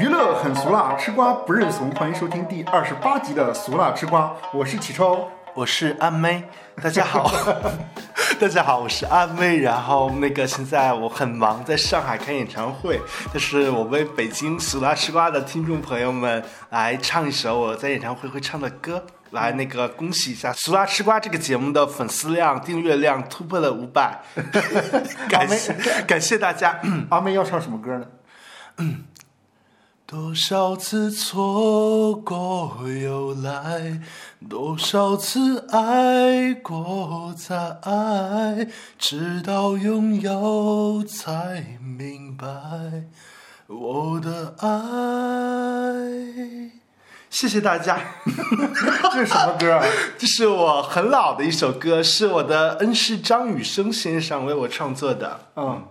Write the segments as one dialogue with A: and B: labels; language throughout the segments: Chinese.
A: 娱乐很俗辣，吃瓜不认怂。欢迎收听第二十八集的《俗辣吃瓜》，我是启超。
B: 我是安妹，大家好， 大家好，我是安妹。然后那个现在我很忙，在上海开演唱会，就是我为北京俗辣吃瓜的听众朋友们来唱一首我在演唱会会唱的歌，来那个恭喜一下俗辣吃瓜这个节目的粉丝量、订阅量突破了五百，感谢感谢大家。
A: 嗯阿妹要唱什么歌呢？
B: 多少次错过又来，多少次爱过再爱，直到拥有才明白我的爱。谢谢大家，
A: 这是什么歌啊？
B: 这是我很老的一首歌，是我的恩师张雨生先生为我创作的
A: 嗯，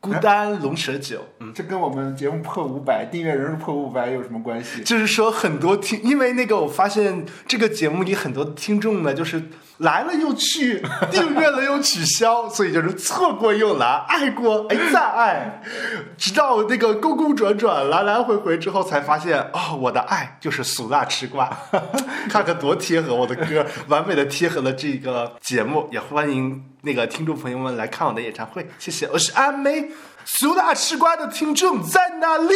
B: 《孤单龙蛇酒》。嗯。
A: 这跟我们节目破五百订阅人数破五百有什么关系？
B: 就是说很多听，因为那个我发现这个节目里很多听众呢，就是来了又去，订阅了又取消，所以就是错过又来，爱过哎再爱，直到那个兜兜转转来来回回之后，才发现哦，我的爱就是俗辣吃瓜， 看看多贴合我的歌，完美的贴合了这个节目，也欢迎那个听众朋友们来看我的演唱会，谢谢，我是安妹。俗辣吃瓜的听众在哪里？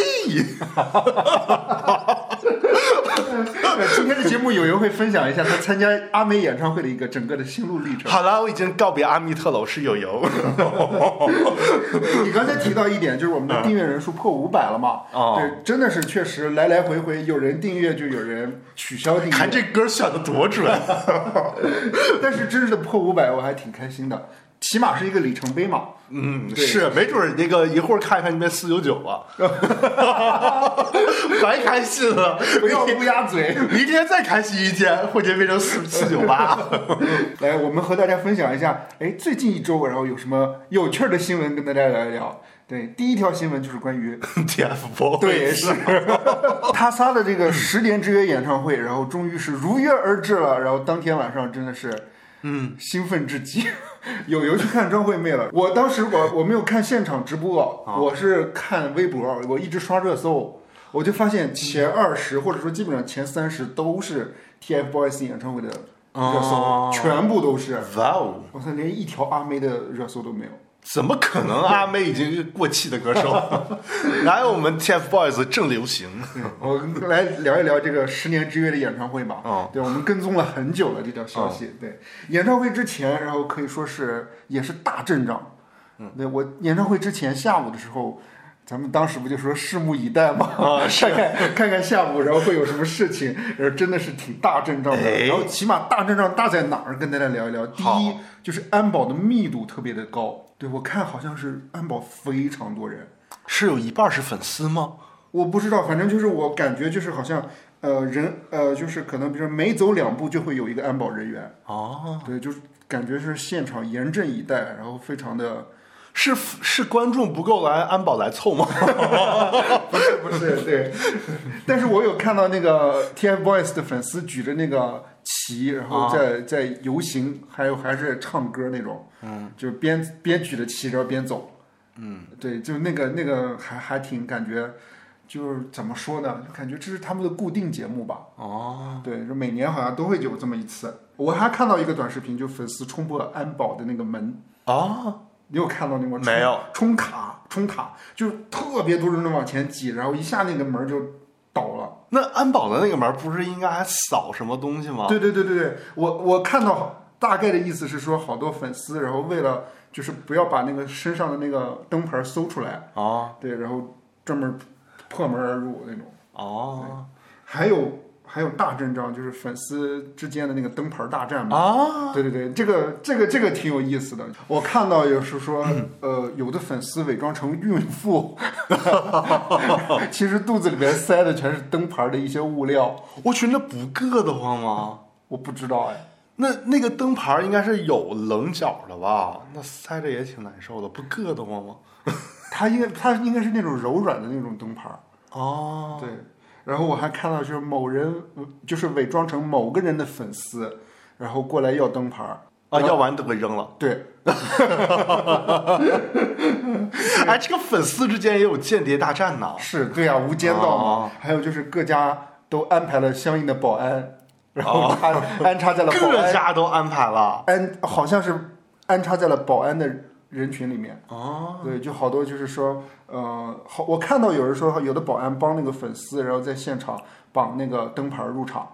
A: 今天的节目有人会分享一下他参加阿妹演唱会的一个整个的心路历 程。
B: 好了，我已经告别阿密特了，我是友友。
A: 你刚才提到一点，就是我们的订阅人数破五百了嘛？
B: 哦
A: 对，真的是确实来来回回，有人订阅就有人取消订阅。
B: 看这歌选的多准，
A: 但是真是破五百，我还挺开心的，起码是一个里程碑嘛。
B: 嗯，
A: 对
B: 是，没准儿那个一会儿看一看就变四九九了， 白开心了。
A: 不要乌鸦嘴。
B: 明天再开心一天，会就变成四四九八。
A: 来，我们和大家分享一下，哎，最近一周然后有什么有趣儿的新闻跟大家聊一聊。对，第一条新闻就是关于
B: TFBOYS，
A: 对是他仨的这个十年之约演唱会，然后终于是如约而至了。然后当天晚上真的是，嗯，兴奋至极。 有有去看张惠妹了，我当时我我没有看现场直播啊，我是看微博，我一直刷热搜，我就发现前二十或者说基本上前三十都是 TFBOYS 演唱会的热搜
B: 哦，
A: 全部都是。
B: 哇哦，
A: 我操，连一条阿妹的热搜都没有。
B: 怎么可能？阿妹已经是过气的 歌手，哪有我们 TFBOYS 正流行？
A: 我们来聊一聊这个十年之约的演唱会吧。
B: 哦
A: 对，我们跟踪了很久了这条消息。对，演唱会之前，然后可以说是也是大阵仗。嗯，对我演唱会之前下午的时候，咱们当时不就说拭目以待吗？
B: 啊
A: 看看看看下午然后会有什么事情，然后真的是挺大阵仗的。
B: 哎
A: 然后起码大阵仗大在哪儿？跟大家聊一聊。第
B: 好
A: 一就是安保的密度特别的高。对，我看好像是安保非常多人。
B: 是有一半是粉丝吗？
A: 我不知道，反正就是我感觉就是好像，呃，人呃，就是可能比如说每走两步就会有一个安保人员，
B: 哦，
A: 对，就是感觉是现场严阵以待，然后非常的
B: 是是观众不够来安保来凑吗？
A: 不是不是对，但是我有看到那个 TFBOYS 的粉丝举着那个旗，然后在在游行，还有还是唱歌那种，嗯，就是边边举着旗然后边走，嗯，对，就那个那个还还挺感觉。就是怎么说呢？就感觉这是他们的固定节目吧。哦，对，就每年好像都会有这么一次。我还看到一个短视频，就粉丝冲破安保的那个门，
B: 哦，
A: 你有看到那个冲
B: 没有
A: 冲卡冲卡，就是特别多人往前挤，然后一下那个门就倒了。
B: 那安保的那个门不是应该还扫什么东西吗？
A: 对对对对对，我我看到大概的意思是说，好多粉丝然后为了就是不要把那个身上的那个灯牌搜出来，
B: 哦
A: 对，然后专门破门而入那种。
B: 哦
A: 还有还有大阵仗，就是粉丝之间的那个灯牌大战嘛。
B: 啊！
A: 对对对，这个这个这个挺有意思的。我看到有是说，呃，有的粉丝伪装成孕妇， 其实肚子里边塞的全是灯牌的一些物料，
B: 我去，那不硌得慌吗？
A: 我不知道哎。
B: 那那个灯牌应该是有棱角的吧？那塞着也挺难受的，不硌得慌吗？
A: 它应该它应该是那种柔软的那种灯牌，
B: 哦，
A: 对。然后我还看到就是某人就是伪装成某个人的粉丝，然后过来要灯牌，
B: 啊，要完都给扔了。
A: 对，
B: 哎，这个粉丝之间也有间谍大战呢。
A: 是对呀、无间道嘛。还有就是各家都安排了相应的保安，然后他安插在了保
B: 各
A: 安哦
B: 家都安排了。
A: 安，好像是安插在了保安的人群里面。
B: 哦，
A: 对，就好多就是说，呃，好，我看到有人说，有的保安帮那个粉丝，然后在现场绑那个灯牌入场。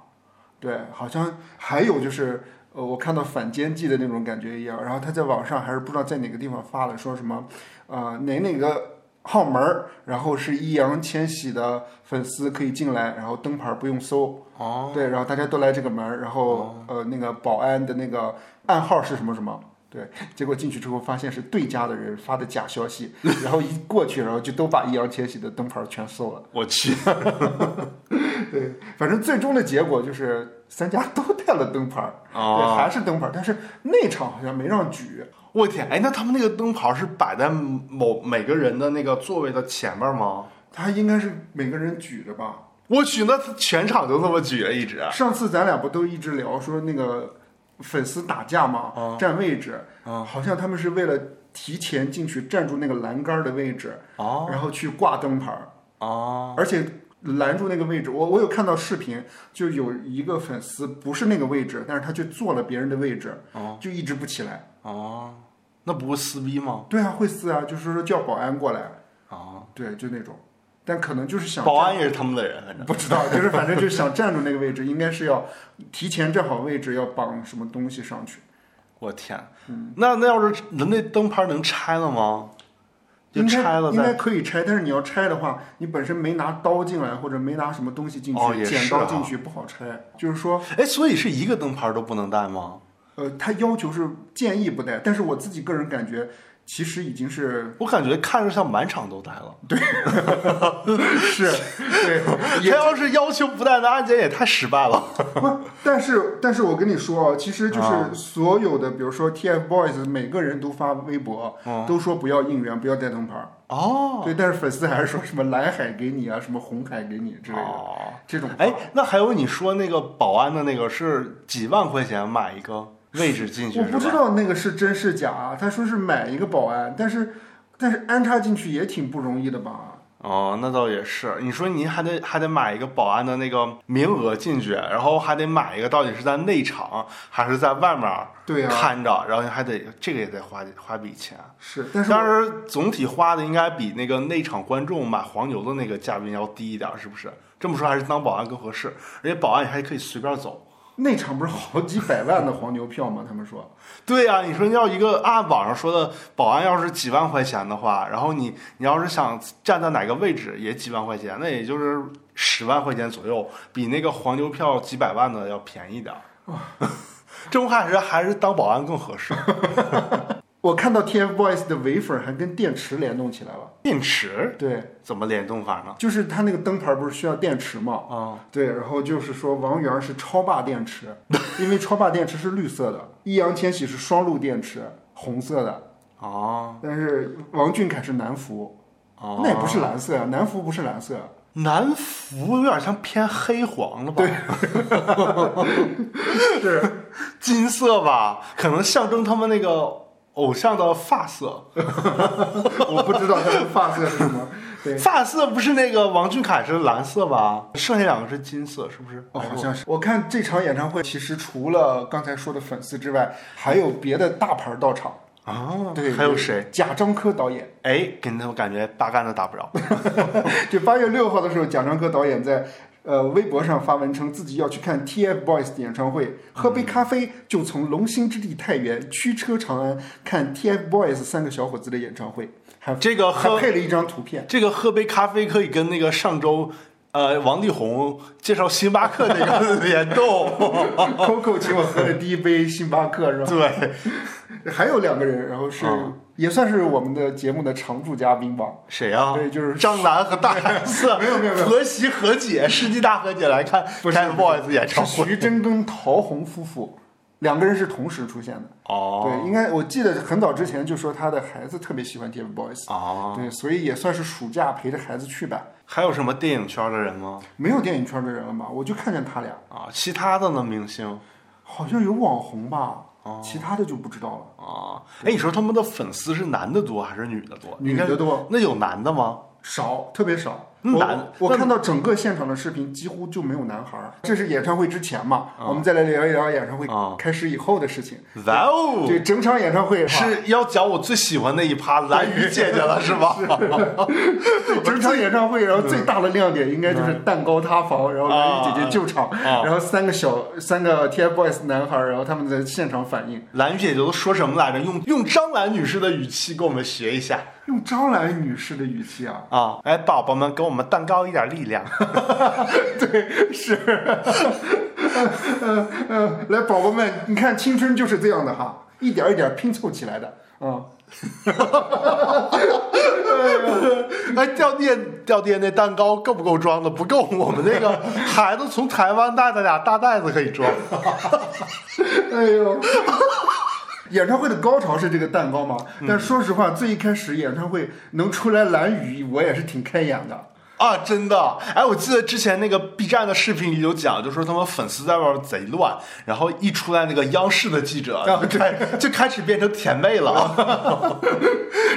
A: 对，好像还有就是，呃，我看到反间计的那种感觉一样。然后他在网上还是不知道在哪个地方发了，说什么，呃，哪哪个号门儿，然后是易烊千玺的粉丝可以进来，然后灯牌不用搜。
B: 哦，
A: 对，然后大家都来这个门儿，然后呃，那个保安的那个暗号是什么什么？对，结果进去之后发现是对家的人发的假消息，然后一过去，然后就都把易烊千玺的灯牌全搜了。
B: 我去，
A: 对， 反正最终的结果就是三家都带了灯牌儿，对，
B: 哦
A: 还是灯牌儿，但是那场好像没让举，
B: 我天！哎，那他们那个灯牌是摆在某每个人的那个座位的前面吗？
A: 他应该是每个人举着吧。
B: 我去，那全场都这么举着一直。
A: 上次咱俩不都一直聊说那个粉丝打架嘛，
B: 哦
A: 占位置，好像他们是为了提前进去占住那个栏杆儿的位置，
B: 哦
A: 然后去挂灯牌儿，
B: 哦，
A: 而且拦住那个位置。我我有看到视频，就有一个粉丝不是那个位置，但是他却坐了别人的位置，就一直不起来。
B: 哦，那不是撕逼吗？
A: 对啊，会撕啊，就是说叫保安过来，
B: 啊，
A: 对，就那种。但可能就是想
B: 保安也是他们的人，反正
A: 不知道，就是反正就是想站住那个位置，应该是要提前站好位置，要绑什么东西上去。
B: 我天，那那要是那灯牌能拆了吗？就
A: 应该
B: 拆了
A: 应该
B: 再
A: 可以拆，但是你要拆的话，你本身没拿刀进来或者没拿什么东西进去，
B: 哦也
A: 剪
B: 是
A: 刀
B: 哈
A: 进去不好拆。就是说，
B: 哎，所以是一个灯牌都不能带吗？
A: 呃，他要求是建议不带，但是我自己个人感觉，其实已经 是
B: 我感觉看着像满场都带了。
A: 是，对，
B: 他要是要求不带，那安检也太失败了。
A: 不， 但是但是我跟你说啊，其实就是所有的，比如说 TFBOYS，每个人都发微博，
B: 啊
A: 都说不要应援，不要带灯牌儿，
B: 哦
A: 对，但是粉丝还是说什么蓝海给你啊，什么红海给你之类的，
B: 哦，
A: 这种话
B: 哎，那还有你说那个保安的那个是几万块钱买一个位置进去
A: 我
B: 是吧？
A: 不知道那个是真是假啊，他说是买一个保安，但是但是安插进去也挺不容易的吧？
B: 哦，那倒也是。你说您还得还得买一个保安的那个名额进去，然后还得买一个，到底是在内场还是在外面儿
A: 对啊呀、
B: 看着，然后你还得这个也得花花笔钱。
A: 是，但是
B: 当
A: 我
B: 然，总体花的应该比那个内场观众买黄牛的那个嘉宾要低一点儿，是不是？这么说还是当保安更合适，而且保安也还可以随便走。
A: 那场不是好几百万的黄牛票吗？他们说，
B: 对呀、你说要一个按网上说的保安要是几万块钱的话，然后你你要是想站在哪个位置也几万块钱，那也就是十万块钱左右，比那个黄牛票几百万的要便宜点儿。 这种还是还是当保安更合适。
A: 我看到 TFBOYS 的唯粉还跟电池联动起来了。
B: 电池
A: 对，
B: 怎么联动法呢？
A: 就是他那个灯牌不是需要电池吗？
B: 啊、
A: 对，然后就是说王源是超霸电 池，因为超霸电池是绿色的，易烊千玺是双路电池，红色的，
B: 哦
A: 但是王俊凯是南孚，
B: 哦，
A: 那也不是蓝色呀， 南孚不是蓝色。
B: 南孚有点像偏黑黄了吧？ 对，
A: 是，
B: 金色吧，可能象征他们那个偶像的发色。
A: 我不知道他们发色是什 么。对，
B: 发色不是那个王俊凯是蓝色吧？剩下两个是金色，是不是？
A: 哦，好像是。我看这场演唱会，其实除了刚才说的粉丝之外，还有别的大牌到场。
B: 啊，
A: 对，
B: 还有谁？？
A: 贾樟柯导演。
B: 哎，跟他们感觉八竿子打不着。
A: 就八月六号的时候，贾樟柯导演在呃微博上发文称自己要去看 TFBOYS 的演唱会，喝
B: 嗯
A: 杯咖啡就从龙兴之地太原驱车长安看 TFBOYS 三个小伙子的演唱会，还
B: 这个
A: 还
B: 喝
A: 配了一张图片。
B: 这个喝杯咖啡可以跟那个上周呃王力宏介绍星巴克那个 联动。
A: Coco 请我喝的第一杯星巴克是吧？
B: 对，
A: 还有两个人，然后是、
B: 啊
A: 也算是我们的节目的常驻嘉宾吧。
B: 谁啊？
A: 对就是
B: 张兰和大 S，
A: 没有没有没有
B: 和谐和解，世纪大和解来看
A: 不是
B: TFBOYS 演
A: 是
B: 唱会。
A: 徐峥跟陶虹夫妇，两个人是同时出现的。
B: 哦
A: 对，应该我记得很早之前就说他的孩子特别喜欢 TFBOYS，、
B: 哦，
A: 对，所以也算是暑假陪着孩子去吧。
B: 还有什么电影圈的人吗？
A: 没有电影圈的人了嘛，我就看见他俩，
B: 啊，其他的呢？明星
A: 好像有网红吧？
B: 哦
A: 其他的就不知道了。
B: 啊，哎，你说他们的粉丝是男的多还是女的多？
A: 女的多，
B: 那有男的吗？
A: 少，特别少。
B: 嗯
A: 我
B: 男
A: 我
B: 那
A: 看到整个现场的视频，几乎就没有男孩儿。这是演唱会之前嘛？
B: 哦
A: 我们再来聊一聊演唱会
B: 啊
A: 开始以后的事情。
B: 哇哦，
A: 对，整场演唱会的话
B: 是要讲我最喜欢那一趴蓝雨姐姐了是 吧？
A: 整场演唱会，然后最
B: 嗯
A: 大的亮点应该就是蛋糕塌房，然后蓝雨姐姐救场，
B: 啊
A: 然后三个小三个 TFBOYS 男孩儿，然后他们在现场反应，
B: 蓝雨姐姐都说什么来着？用用张兰女士的语气跟我们学一下
A: 用张兰女士的语气啊，
B: 啊！哎，宝宝们，给我们蛋糕一点力量。
A: 呃呃，来宝宝们，你看青春就是这样的哈，一点儿一点儿拼凑起来的啊。
B: 哎，吊店吊店那蛋糕够不够装的？不够，我们那个孩子从台湾带的俩大袋子可以装。
A: 哎呦， 演唱会的高潮是这个蛋糕吗？但说实话，最一开始演唱会能出来蓝雨，我也是挺开眼的。
B: 啊，真的！哎，我记得之前那个 B 站的视频里有讲，就说他们粉丝在外边贼乱，然后一出来那个央视的记者，
A: 啊
B: 就开 就开始变成甜妹了啊！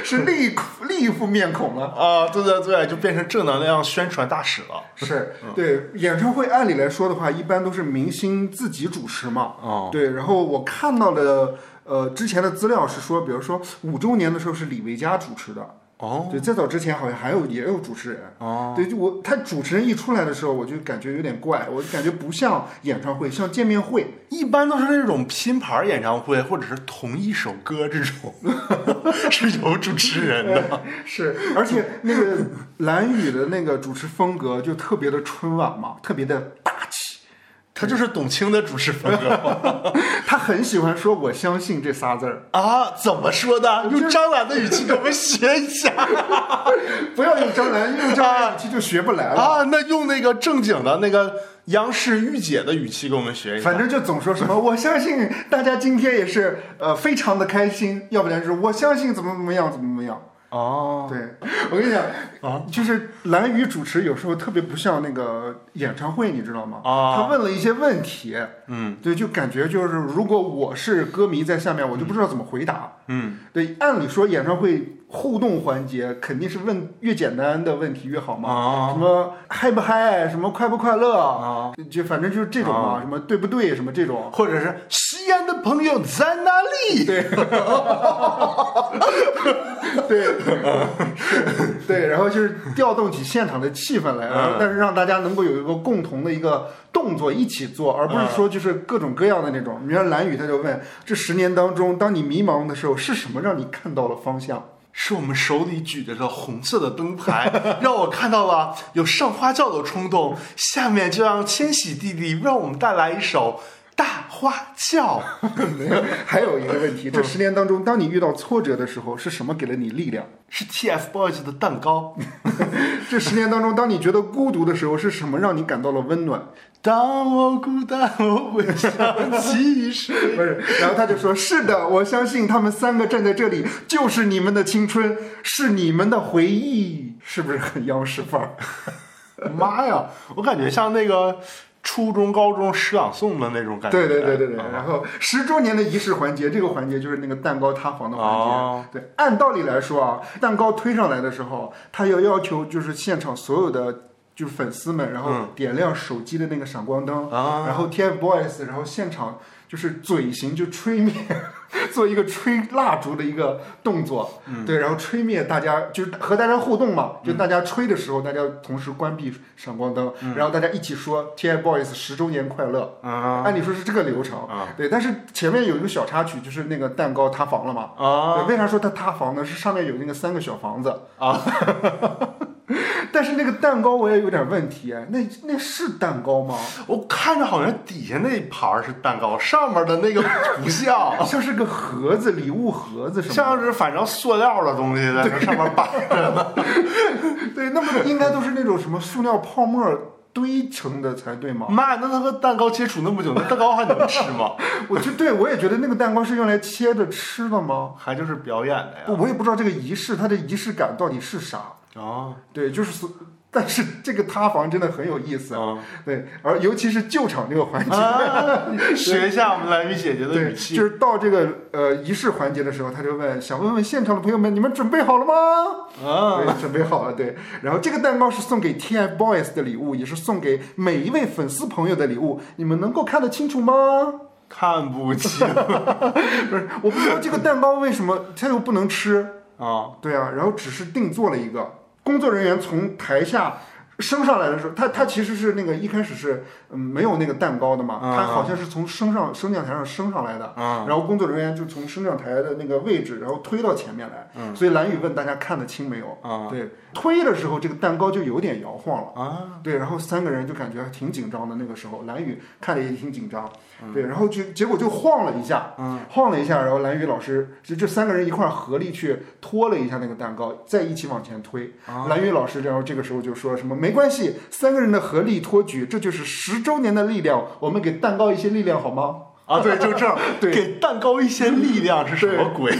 A: 是另一另一副面孔了。
B: 啊，对对对，就变成正能量宣传大使了。
A: 是
B: 嗯
A: 对演唱会，按理来说的话，一般都是明星自己主持嘛。
B: 哦
A: 对，然后我看到的呃之前的资料是说，比如说五周年的时候是李维嘉主持的。
B: 哦，
A: 对，再早之前好像还有也有主持人。
B: 哦，
A: 对，就我他主持人一出来的时候，我就感觉有点怪，我就感觉不像演唱会，像见面会。
B: 一般都是那种拼盘演唱会或者是同一首歌这种， 是有主持人的。
A: 是，而且那个蓝宇的那个主持风格就特别的春晚嘛，特别的大气。
B: 他就是董卿的主持风格
A: 他很喜欢说“我相信”这仨字儿，
B: 啊？怎么说的？用张兰的语气给我们学一下。
A: 不要用张兰，用张兰语气就学不来了。
B: 啊，那用那个正经的那个央视御姐的语气给我们学一下。
A: 反正就总说什么，我相信大家今天也是呃非常的开心，要不然就是我相信怎么怎么样怎么怎么样。
B: 哦，
A: 对，我跟你讲啊，就是蓝宇主持有时候特别不像那个演唱会，你知道吗？
B: 啊
A: 他问了一些问题，
B: 嗯，
A: 对，就感觉就是如果我是歌迷在下面，我就不知道怎么回答。
B: 嗯，
A: 对，按理说演唱会互动环节肯定是问越简单的问题越好嘛，
B: 啊
A: 什么嗨不嗨，什么快不快乐，
B: 啊
A: 就反正就是这种嘛，什么对不对，什么这种。
B: 或者是西安的朋友在哪里？对，
A: 对， 是对，然后就是调动起现场的气氛来，然后但是让大家能够有一个共同的一个动作一起做，而不是说就是各种各样的那种。你看蓝宇他就问，这十年当中，当你迷茫的时候，是什么让你看到了方向？
B: 是我们手里举着的红色的灯牌， 让我看到了有上花轿的冲动。下面就让千玺弟弟为我们带来一首《大花轿》。
A: 还有一个问题，这十年当中，当你遇到挫折的时候，是什么给了你力量？
B: 是 TFBOYS 的蛋糕。
A: 这十年当中，当你觉得孤独的时候，是什么让你感到了温暖？
B: 当我孤单，我会想起 谁？
A: 不是，然后他就说：“是的，我相信他们三个站在这里，就是你们的青春，是你们的回忆，是不是很央视范儿？
B: 妈呀，我感觉像那个初中、高中诗朗诵的那种感觉。
A: 对对对对对。
B: 啊
A: 然后十周年的仪式环节，这个环节就是那个蛋糕塌房的环节。
B: 哦
A: 对，按道理来说啊，蛋糕推上来的时候，他要要求就是现场所有的。就是粉丝们，然后点亮手机的那个闪光灯，
B: 嗯啊
A: 然后 TFBOYS，然后现场就是嘴型就吹灭， 做一个吹蜡烛的一个动作，
B: 嗯
A: 对，然后吹灭大家就是和大家互动嘛，就大家吹的时候，大家同时关闭闪光灯，
B: 嗯
A: 然后大家一起说 TFBOYS 十周年快乐，
B: 啊
A: 按理说是这个流程
B: 啊，
A: 对，但是前面有一个小插曲，就是那个蛋糕塌房了嘛。
B: 啊
A: 对，为啥说它塌房呢？是上面有那个三个小房子
B: 啊。
A: 但是那个蛋糕我也有点问题，哎那那是蛋糕吗？
B: 我看着好像底下那盘儿是蛋糕，上面的那个不像，
A: 像是个盒子，礼物盒子什么的？
B: 啊 像是反正塑料的东西在那上面 摆着呢。
A: 对，那么应该都是那种什么塑料泡沫堆成的才对吗？
B: 妈呀，那他和蛋糕接触那么久，那蛋糕还能吃吗？
A: 我就对我也觉得那个蛋糕是用来切着吃的吗？
B: 还就是哎表演的呀。
A: 我也不知道这个仪式它的仪式感到底是啥。
B: 哦，
A: 对，就是所但是这个塌房真的很有意思，
B: 啊
A: 对，而尤其是救场这个环节，
B: 啊！学一下我们蓝雨姐姐的
A: 对，
B: 语气，
A: 就是到这个呃仪式环节的时候，他就问，想问问现场的朋友们，你们准备好了吗？
B: 啊，
A: 对，准备好了，对。然后这个蛋糕是送给 TFBOYS 的礼物，也是送给每一位粉丝朋友的礼物，你们能够看得清楚吗？
B: 看不 清
A: 不是，我不知道这个蛋糕为什么它又不能吃，
B: 啊，
A: 对啊，然后只是定做了一个。工作人员从台下升上来的时候，他他其实是那个一开始是嗯没有那个蛋糕的嘛，
B: 嗯
A: 他好像是从升上升降台上升上来的，
B: 嗯
A: 然后工作人员就从升降台的那个位置，然后推到前面来，所以蓝宇问大家看得清没有？
B: 啊
A: 对，推的时候这个蛋糕就有点摇晃了。
B: 啊，
A: 对，然后三个人就感觉还挺紧张的。那个时候，蓝宇看着也挺紧张，对，然后就结果就晃了一下，
B: 啊
A: 晃了一下，然后蓝宇老师就这三个人一块儿合力去拖了一下那个蛋糕，再一起往前推。蓝宇老师，然后这个时候就说什么没关系，三个人的合力托举，这就是十周年的力量，我们给蛋糕一些力量好吗？
B: 啊， 对，就这样，
A: 对
B: 给蛋糕一些力量是什么鬼？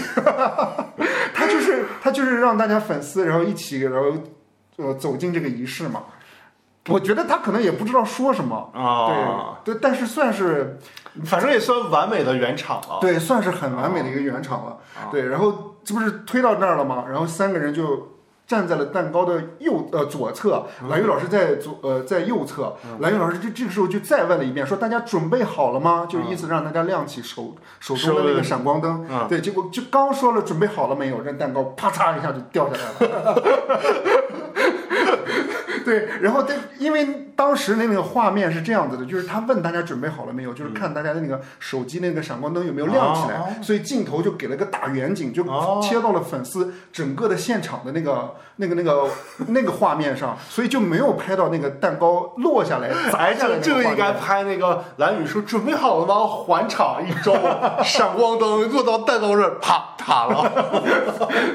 A: 他就是他就是让大家粉丝，然后一起，然后呃走进这个仪式嘛。我觉得他可能也不知道说什么，
B: 啊，
A: 对对，但是算是
B: 反正也算完美的圆场了。
A: 对，算是很完美的一个圆场了。对，然后这不是推到那儿了吗？然后三个人就站在了蛋糕的右呃左侧，蓝宇老师在左呃在右侧，蓝宇老师这这个时候就再问了一遍，说大家准备好了吗？就意思让大家亮起手手中的那个闪光灯。
B: 嗯
A: 对，结果就刚说了准备好了没有，这蛋糕啪嚓一下就掉下来了。 对，然后但因为当时那个画面是这样子的，就是他问大家准备好了没有，就是看大家的那个手机那个闪光灯有没有亮起来，
B: 嗯哦
A: 所以镜头就给了个大远景，就
B: 哦
A: 切到了粉丝整个的现场的那个那个那个那个画面上，所以就没有拍到那个蛋糕落下来砸
B: 哎，
A: 下来
B: 这
A: 那个
B: 就
A: 画
B: 应该
A: 面。
B: 拍那个蓝宇说准备好了吗？环场一周，闪光灯落到蛋糕这儿，啪塌了。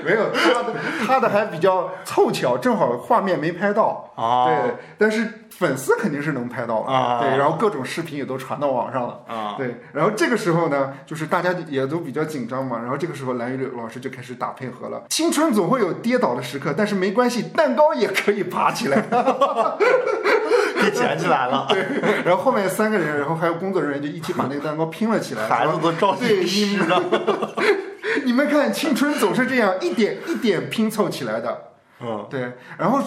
A: 没有他的他的还比较凑巧，正好画面没拍到。
B: 啊
A: 对，但是粉丝肯定是能拍到了。
B: 啊
A: 对，然后各种视频也都传到网上了。
B: 啊，
A: 对，然后这个时候呢，就是大家也都比较紧张嘛，然后这个时候蓝宇老师就开始打配合了。青春总会有跌倒的时刻，但是没关系，蛋糕也可以爬起来。
B: 给捡起来了，
A: 然后后面三个人，然后还有工作人员就一起把那个蛋糕拼了起来。
B: 孩
A: 说
B: 子都着急
A: 对
B: 吃
A: 你们
B: 了。
A: 你们看，青春总是这样一点一点拼凑起来的。
B: 嗯，
A: 对，然后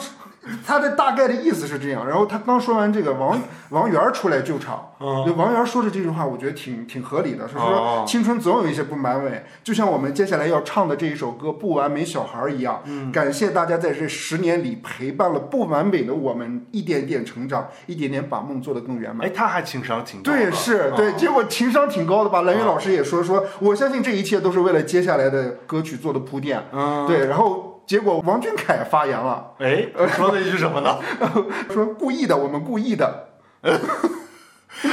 A: 他的大概的意思是这样，然后他刚说完这个，王王源儿出来救场，就王源儿说的这句话，我觉得挺挺合理的，是
B: 嗯哦
A: 说青春总有一些不完美，就像我们接下来要唱的这一首歌《不完美小孩》一样，
B: 嗯
A: 感谢大家在这十年里陪伴了不完美的我们，一点点成长，一点点把梦做得更圆满。
B: 哎，他还情商挺高的。啊
A: 对，
B: 嗯
A: 是对，结果情商挺高的吧？蓝宇老师也说说，我相信这一切都是为了接下来的歌曲做的铺垫。
B: 嗯，
A: 对，然后结果王俊凯发言了，
B: 哎，说了一句什么呢？
A: 说故意的，我们故意的。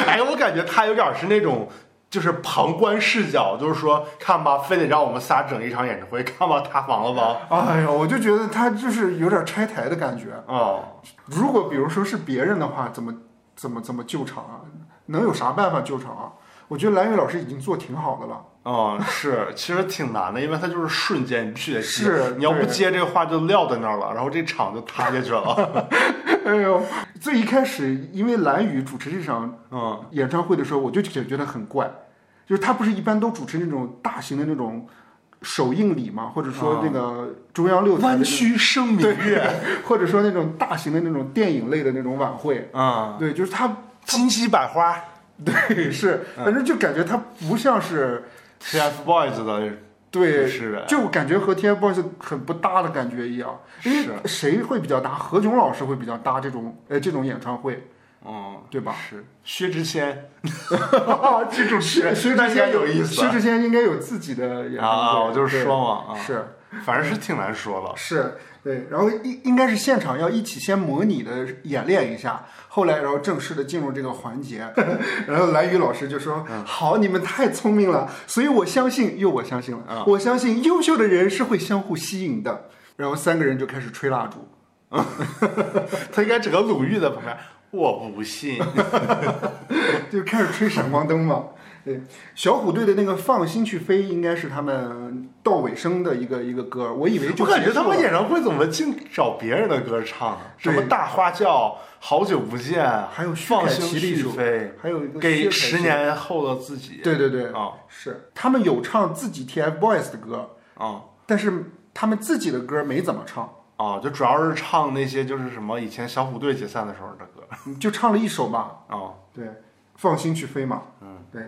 B: 哎，我感觉他有点是那种。就是旁观视角，就是说，看吧，非得让我们仨整一场演唱会，看吧，塌房了吧？
A: 哎呀，我就觉得他就是有点拆台的感觉。
B: 哦，
A: 如果比如说是别人的话，怎么怎么怎么救场啊？能有啥办法救场啊？我觉得蓝宇老师已经做挺好的了。
B: 哦，是，其实挺难的，因为它就是瞬间，你必须得接
A: 是
B: 你要不
A: 对
B: 接这个话就撂在那儿了，然后这场就塌下去了。
A: 哎呦，最一开始因为蓝宇主持这场
B: 嗯，
A: 演唱会的时候，我就觉觉得很怪，就是他不是一般都主持那种大型的那种首映礼嘛，或者说那个中央六台的那
B: 啊弯
A: 种
B: 曲声明月，
A: 或者说那种大型的那种电影类的那种晚会。
B: 嗯，
A: 对，就是 他
B: 金鸡百花
A: 对，
B: 嗯
A: 是，反正就感觉他不像是
B: ，TFBOYS 的
A: 对，
B: 是人
A: 就感觉和 TFBOYS 很不搭的感觉一样。因为谁会比较搭？何炅老师会比较搭这种呃这种演唱会，
B: 嗯，
A: 对吧？
B: 是薛之谦
A: 这种 薛薛
B: 那
A: 之
B: 应该
A: 谦
B: 有意思
A: 薛之谦应该有自己的演
B: 啊
A: 唱
B: 啊，
A: 会。
B: 我就是
A: 对
B: 说嘛，啊，
A: 是
B: 反正是挺难说 了。
A: 是，对，然后应应该是现场要一起先模拟的演练一下，后来然后正式的进入这个环节， 然后蓝宇老师就说：“
B: 嗯
A: 好，你们太聪明了，所以我相信，又我相信了，
B: 嗯
A: 我相信优秀的人是会相互吸引的。”然后三个人就开始吹蜡烛，
B: 他应该整个鲁豫在旁边，我不信，
A: 就开始吹闪光灯嘛。对，小虎队的那个《放心去飞》应该是他们到尾声的一个一个歌，我以为就
B: 我感觉
A: 结束
B: 他们
A: 了
B: 演唱会怎么净找别人的歌唱啊？什
A: 对
B: 么大花轿、好久不见，
A: 还有薛
B: 放
A: 凯
B: 心
A: 琪的一
B: 去
A: 首，
B: 飞，
A: 还有一个薛
B: 给
A: 凯
B: 十
A: 琪，
B: 年后的自己。
A: 对对对，
B: 啊
A: 是他们有唱自己 TFBOYS 的歌，
B: 啊
A: 但是他们自己的歌没怎么唱，
B: 啊！就主要是唱那些就是什么以前小虎队解散的时候的歌
A: 就唱了一首吧，
B: 啊。
A: 对，放心去飞嘛。嗯，对，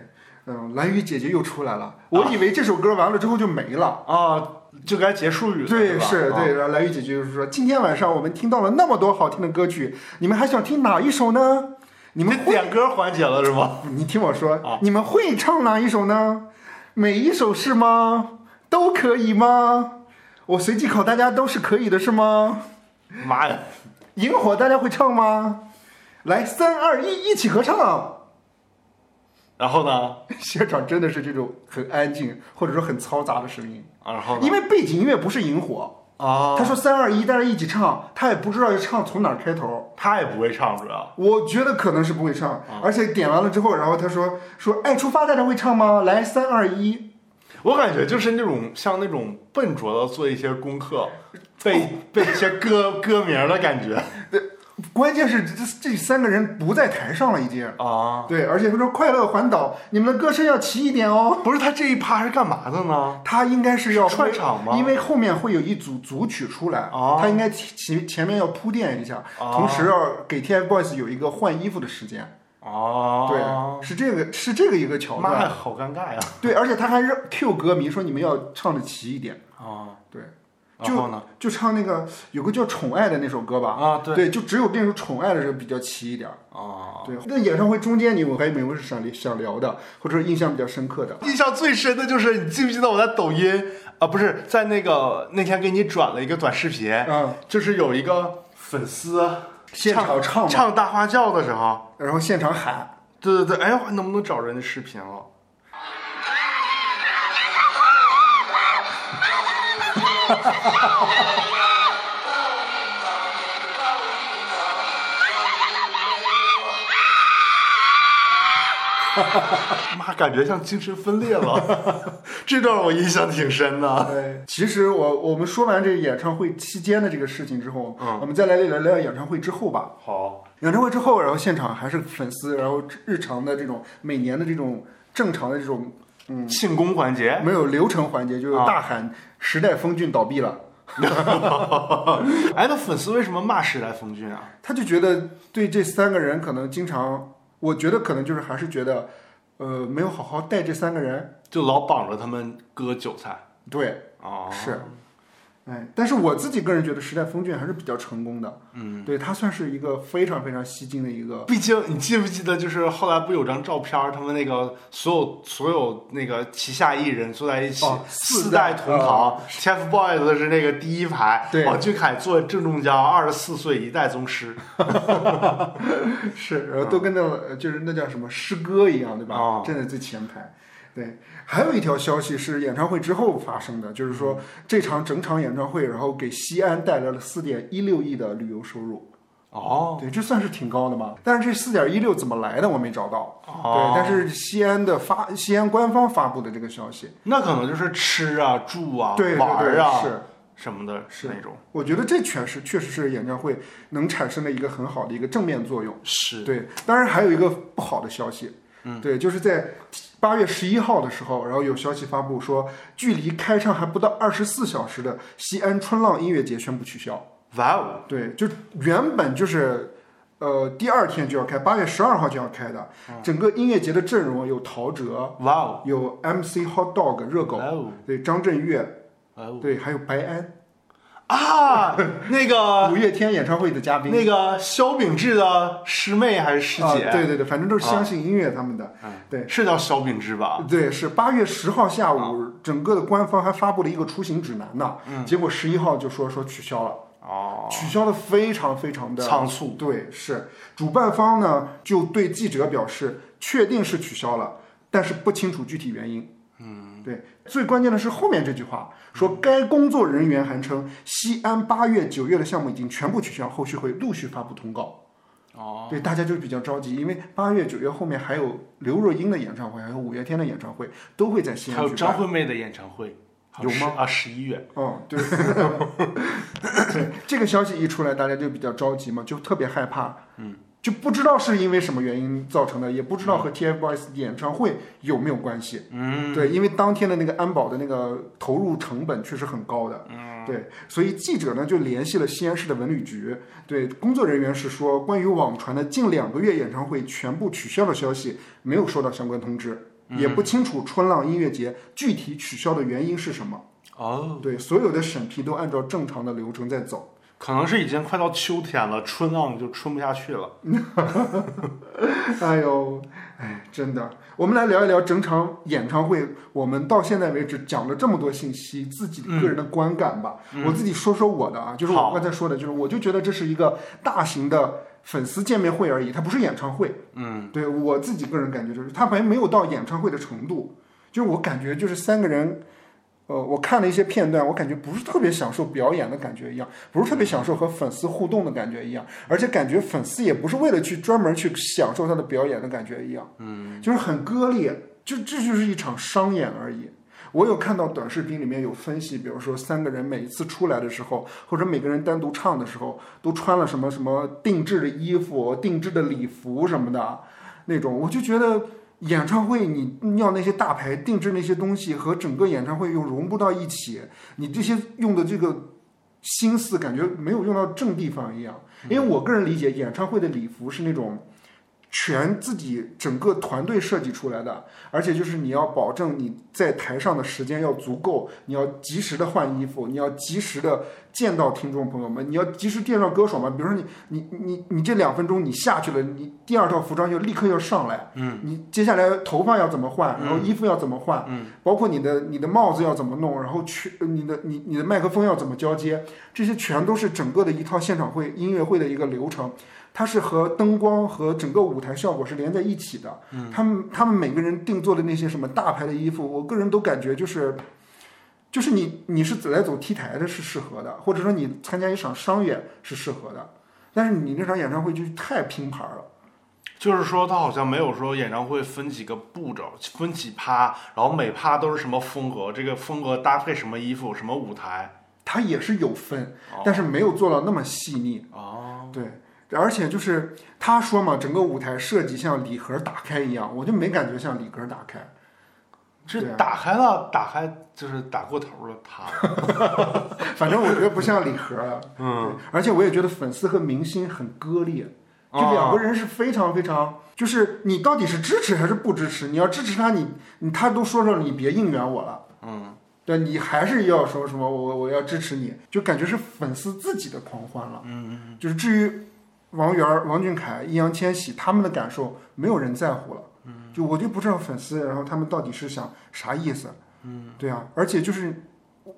A: 嗯，蓝雨姐姐又出来了，我以为这首歌完了之后就没了。
B: 啊，就该结束语了，
A: 对，
B: 吧？
A: 是，
B: 啊
A: 对，然后蓝雨姐姐就是说，今天晚上我们听到了那么多好听的歌曲，你们还想听哪一首呢？你
B: 你
A: 们
B: 们
A: 会，
B: 点歌环节了是吗？
A: 你听我说，
B: 啊
A: 你们会唱哪一首呢？每一首是吗？都可以吗？我随机考大家都是可以的，是吗？
B: 妈呀，
A: 萤火大家会唱吗？来，三二一，一起合唱。
B: 然后呢？
A: 现场真的是这种很安静或者说很嘈杂的声音，
B: 啊然后呢？
A: 因为背景音乐不是萤火。
B: 啊，
A: 他说三二一，但是一起唱，他也不知道要唱从哪儿开头。
B: 他也不会唱主要。
A: 我觉得可能是不会唱，而且点完了之后，然后他说说爱出发，大家会唱吗？来三二一，
B: 我感觉就是那种像那种笨拙的做一些功课，背背一些歌歌名儿的感觉
A: 关键是这这三个人不在台上了已经。
B: 啊。
A: 对，而且他说快乐环岛，你们的歌声要齐一点哦。
B: 不是他这一趴是干嘛的呢？
A: 他应该是要
B: 串场吗
A: 因为后面会有一组组曲出来，
B: 哦
A: 他应该前前面要铺垫一下，
B: 哦
A: 同时要给 TFBOYS 有一个换衣服的时间。
B: 哦，
A: 对，是这个是这个一个桥
B: 妈呀，
A: 段。
B: 好尴尬呀。
A: 对，而且他还让 Q 歌迷说你们要唱的齐一点，
B: 啊，
A: 对，
B: 然后呢？
A: 就唱那个有个叫《宠爱》的那首歌吧。
B: 啊，对
A: 就只有那首《宠爱》的时候比较齐一点。
B: 啊。
A: 对，那演唱会中间你有还有没有是想想聊的，或者说印象比较深刻的？
B: 印象最深的就是，你记不记得我在抖音啊，不是在那个那天给你转了一个短视频，
A: 嗯，
B: 就是有一个粉丝
A: 现场唱嘛
B: 唱大花轿的时候，
A: 然后现场喊。
B: 对对对，哎，我能不能找人的视频了？ 妈，感觉像精神分裂了， 这段我印象挺深的。
A: 对，其实我我们说完这演唱会期间的这个事情之后，
B: 嗯
A: 我们再来聊聊演唱会之后吧。
B: 好，
A: 演唱会之后，然后现场还是粉丝，然后日常的这种每年的这种正常的这种
B: 庆功环节，
A: 没有流程环节，就是
B: 哎啊
A: 大喊“时代峰峻倒闭了
B: 哎，那粉丝为什么骂时代峰峻啊？”，
A: 他就觉得对这三个人可能经常，我觉得可能就是还是觉得，呃，没有好好带这三个人。
B: 就老绑着他们割韭菜
A: 对，
B: 啊
A: 是，哎，但是我自己个人觉得时代峰峻还是比较成功的，
B: 嗯，
A: 对他算是一个非常非常吸睛的一个
B: 毕竟你记不记得，就是后来不有张照片儿，他们那个所有所有那个旗下艺人坐在一起，
A: 哦
B: 四
A: 四
B: 代
A: 代
B: 同堂、t f b o y s 是那个第一排，哦
A: 对
B: 王俊凯坐正中间，二十四岁一代宗师
A: 是，然
B: 啊
A: 后都跟那个、呃就是那叫什么诗歌一样，对吧？
B: 哦
A: 站在最前排。对，还有一条消息是演唱会之后发生的，就是
B: 嗯
A: 说这场整场演唱会，然后给西安带来了四点一六亿的旅游收入，
B: 哦
A: 对，这算是挺高的嘛。但是这四点一六怎么来的，我没找到。
B: 哦
A: 对，，但是西安的发，西安官方发布的这个消息，
B: 那可能就是吃啊、住啊、
A: 对
B: 玩
A: 对
B: 儿
A: 对，
B: 啊
A: 是，
B: 什么的
A: 是
B: 那种，
A: 我觉得这确实确实是演唱会能产生的一个很好的一个正面作用。
B: 是
A: 对，当然还有一个不好的消息，
B: 嗯
A: 对，就是在八月十一号的时候，然后有消息发布说，距离开唱还不到二十四小时的西安春浪音乐节宣布取消。
B: 哇哦，
A: 对，就原本就是。呃，第二天就要开，八月十二号就要开的。
B: 嗯
A: 整个音乐节的阵容有陶喆，
B: 哇哦，
A: 有 MC Hot Dog 热狗
B: 哇，哦，
A: 对张震岳，
B: 哇哦
A: 对，还有白安，
B: 啊，那个
A: 五月天演唱会的嘉宾，
B: 那个萧秉治的师妹还是师
A: 啊
B: 姐？嗯
A: 对对对，反正都是相信音乐他们的。对，
B: 是叫萧秉治吧？
A: 对，是八月十号下
B: 啊
A: 午，整个的官方还发布了一个出行指南呢。结果十一号就说说取消了，
B: 嗯哦，
A: 取消的非常非常的
B: 仓促。
A: 对，是主办方呢就对记者表示，确定是取消了，但是不清楚具体原因。嗯，对，最关键的是后面这句话，
B: 嗯
A: 说该工作人员还称，西安八月、九月的项目已经全部取消，后续会陆续发布通告。
B: 哦，
A: 对，大家就比较着急，因为八月、九月后面还有刘若英的演唱会，还有五月天的演唱会，都会在西
B: 还
A: 安
B: 有
A: 举
B: 张
A: 办。
B: 惠妹的演唱会，
A: 有吗
B: 好像是？啊，十一月。
A: 嗯，对。 对，这个消息一出来，大家就比较着急嘛，就特别害怕。嗯，就不知道是因为什么原因造成的，也不知道和 TFBOYS 演唱会有没有关系。
B: 嗯，
A: 对，因为当天的那个安保的那个投入成本确实很高的，嗯，对，所以记者呢就联系了西安市的文旅局，对，工作人员是说，关于网传的近两个月演唱会全部取消的消息，没有收到相关通知，也不清楚春浪音乐节具体取消的原因是什么。
B: 哦，
A: 对，所有的审批都按照正常的流程在走。
B: 可能是已经快到秋天了，春浪就春不下去了。
A: 哎呦，哎，真的，我们来聊一聊整场演唱会，我们到现在为止讲了这么多信息，自己个人的观感吧。我自己说说我的啊，就是我
B: 好
A: 刚才说的，就是我就觉得这是一个大型的粉丝见面会而已，它不是演唱会。
B: 嗯，
A: 对我自己个人感觉就是，它还没有到演唱会的程度，就是我感觉就是三个人。呃，我看了一些片段，我感觉不是特别享受表演的感觉一样，不是特别享受和粉丝互动的感觉一样，而且感觉粉丝也不是为了去专门去享受他的表演的感觉一样，嗯，就是很割裂，就这就是一场商演而已。我有看到短视频里面有分析，比如说三个人每一次出来的时候，或者每个人单独唱的时候，都穿了什么什么定制的衣服、定制的礼服什么的，啊那种，我就觉得演唱会你要那些大牌定制那些东西和整个演唱会又融不到一起，你这些用的这个心思感觉没有用到正地方一样。因为我个人理解，演唱会的礼服是那种。全自己整个团队设计出来的，而且就是你要保证你在台上的时间要足够，你要及时的换衣服，你要及时的见到听众朋友们，你要及时见到歌手嘛。比如说你你你你这两分钟你下去了，你第二套服装就立刻要上来，嗯，你接下来头发要怎么换，然后衣服要怎么换，嗯，包括你的你的帽子要怎么弄，然后去呃你的你你的麦克风要怎么交接，这些全都是整个的一套现场会音乐会的一个流程。它是和灯光和整个舞台效果是连在一起的。嗯，他们他们每个人定做的那些什么大牌的衣服，我个人都感觉就是，就是你你是走来走 T 台的是适合的，或者说你参加一场商演是适合的，但是你那场演唱会就太拼盘了。
B: 就是说，他好像没有说演唱会分几个步骤，分几趴，然后每趴都是什么风格，这个风格搭配什么衣服，什么舞台。
A: 它也是有分
B: 哦，
A: 但是没有做到那么细腻。
B: 哦，
A: 对，而且就是他说嘛，整个舞台设计像礼盒打开一样，我就没感觉像礼盒打开。对
B: 这
A: 啊
B: 打开了，打开就是打过头了，他。
A: 反正我觉得不像礼盒啊。嗯，而且我也觉得粉丝和明星很割裂，就两个人是非常非常，就是你到底是支持还是不支持？你要支持他，你你他都说说你别应援我了，
B: 嗯，
A: 对你还是要说什么我我要支持你，就感觉是粉丝自己的狂欢了。嗯，就是至于王源儿、王俊凯、易烊千玺他们的感受，没有人在乎了。嗯，就我就不知道粉丝，然后他们到底是想啥意思。嗯，对啊，而且就是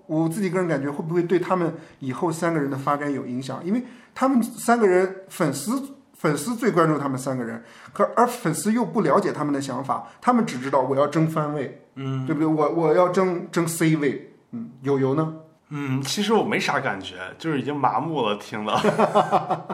A: 我自己个人感觉会不会对他们以后三个人的发展有影响？因为他们三个人粉丝粉丝最关注他们三个人，可而粉丝又不了解他们的想法，他们只知道我要争番位，嗯，对不对？我我要争争 C 位，嗯，友友呢？
B: 嗯，其实我没啥感觉，就是已经麻木了，听的。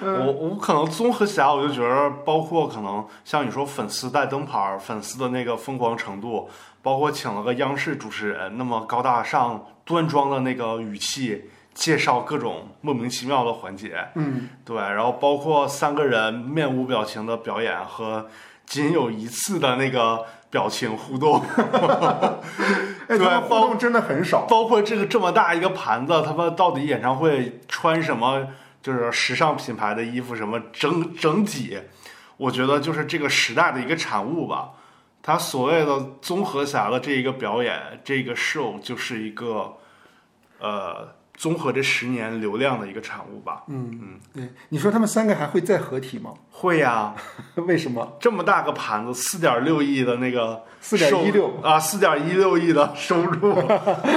B: 我我可能综合起来，我就觉得，包括可能像你说粉丝带灯牌儿，粉丝的那个疯狂程度，包括请了个央视主持人那么高大上、端庄的那个语气，介绍各种莫名其妙的环节，
A: 嗯，
B: 对，然后包括三个人面无表情的表演和仅有一次的那个表情互动，
A: 哎，
B: 对
A: 他
B: 啊
A: 们互动真的很少，
B: 包括这个这么大一个盘子，他们到底演唱会穿什么，就是时尚品牌的衣服什么整整体，我觉得就是这个时代的一个产物吧。它所谓的综合起来的这一个表演，这个 show 就是一个，呃，综合这十年流量的一个产物吧。
A: 嗯对，你说他们三个还会再合体吗？
B: 会呀、
A: 为什么？
B: 这么大个盘子，四点六亿的那个
A: 4.16
B: 收啊，四点一六亿的收入，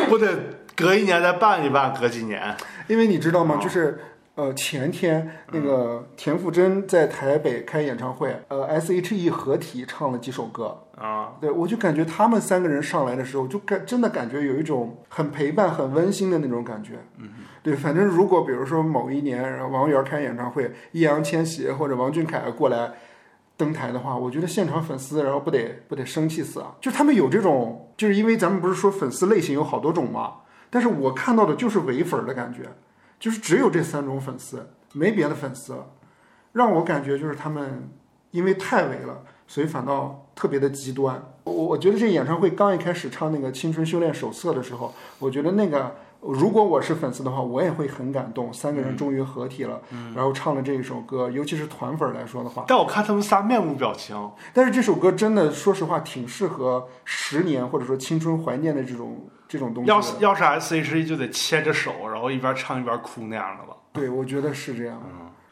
B: 不得隔一年再办一办，隔几年。啊
A: 因为你知道吗？就是。呃前天那
B: 嗯
A: 个田馥甄在台北开演唱会，呃 S.H.E 合体唱了几首歌，
C: 啊，
A: 对，我就感觉他们三个人上来的时候，就感真的感觉有一种很陪伴、很温馨的那种感觉。嗯，对，反正如果比如说某一年，然后王源开演唱会，易烊千玺或者王俊凯过来登台的话，我觉得现场粉丝然后不得不得生气死啊！就他们有这种，就是因为咱们不是说粉丝类型有好多种嘛，但是我看到的就是唯粉儿的感觉，就是只有这三种粉丝，没别的粉丝了，让我感觉就是他们因为太伪了，所以反倒特别的极端。我我觉得这演唱会刚一开始唱那个《青春修炼手册》的时候，我觉得那个如果我是粉丝的话，我也会很感动。三个人终于合体了，然后唱了这一首歌，尤其是团粉儿来说的话，
B: 但我看他们仨面无表情，
A: 但是这首歌真的说实话挺适合十年或者说青春怀念的这种这种东西的。
B: 要是要是 S.H.E 就得牵着手，然后一边唱一边哭那样的了。
A: 对，我觉得是这样的。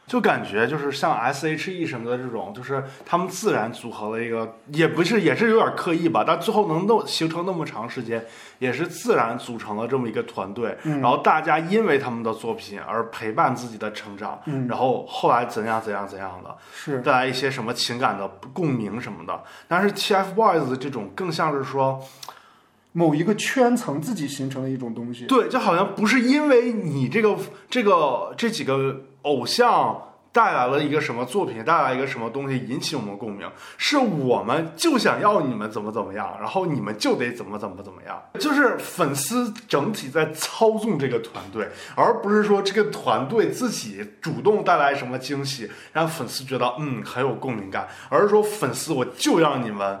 B: 就感觉就是像 S.H.E 什么的这种，就是他们自然组合了一个，也不是也是有点刻意吧，但最后能弄形成那么长时间，也是自然组成了这么一个团队。然后大家因为他们的作品而陪伴自己的成长，
A: 嗯
B: 然后后来怎样怎样怎样的，
A: 是，
B: 带来一些什么情感的共鸣什么的。但是 TFBOYS 这种更像是说，
A: 某一个圈层自己形成的一种东西。
B: 对，就好像不是因为你这个这个这几个偶像带来了一个什么作品，带来一个什么东西引起我们共鸣，是我们就想要你们怎么怎么样，然后你们就得怎么怎么怎么样，就是粉丝整体在操纵这个团队，而不是说这个团队自己主动带来什么惊喜，让粉丝觉得嗯很有共鸣感，而是说粉丝我就让你们。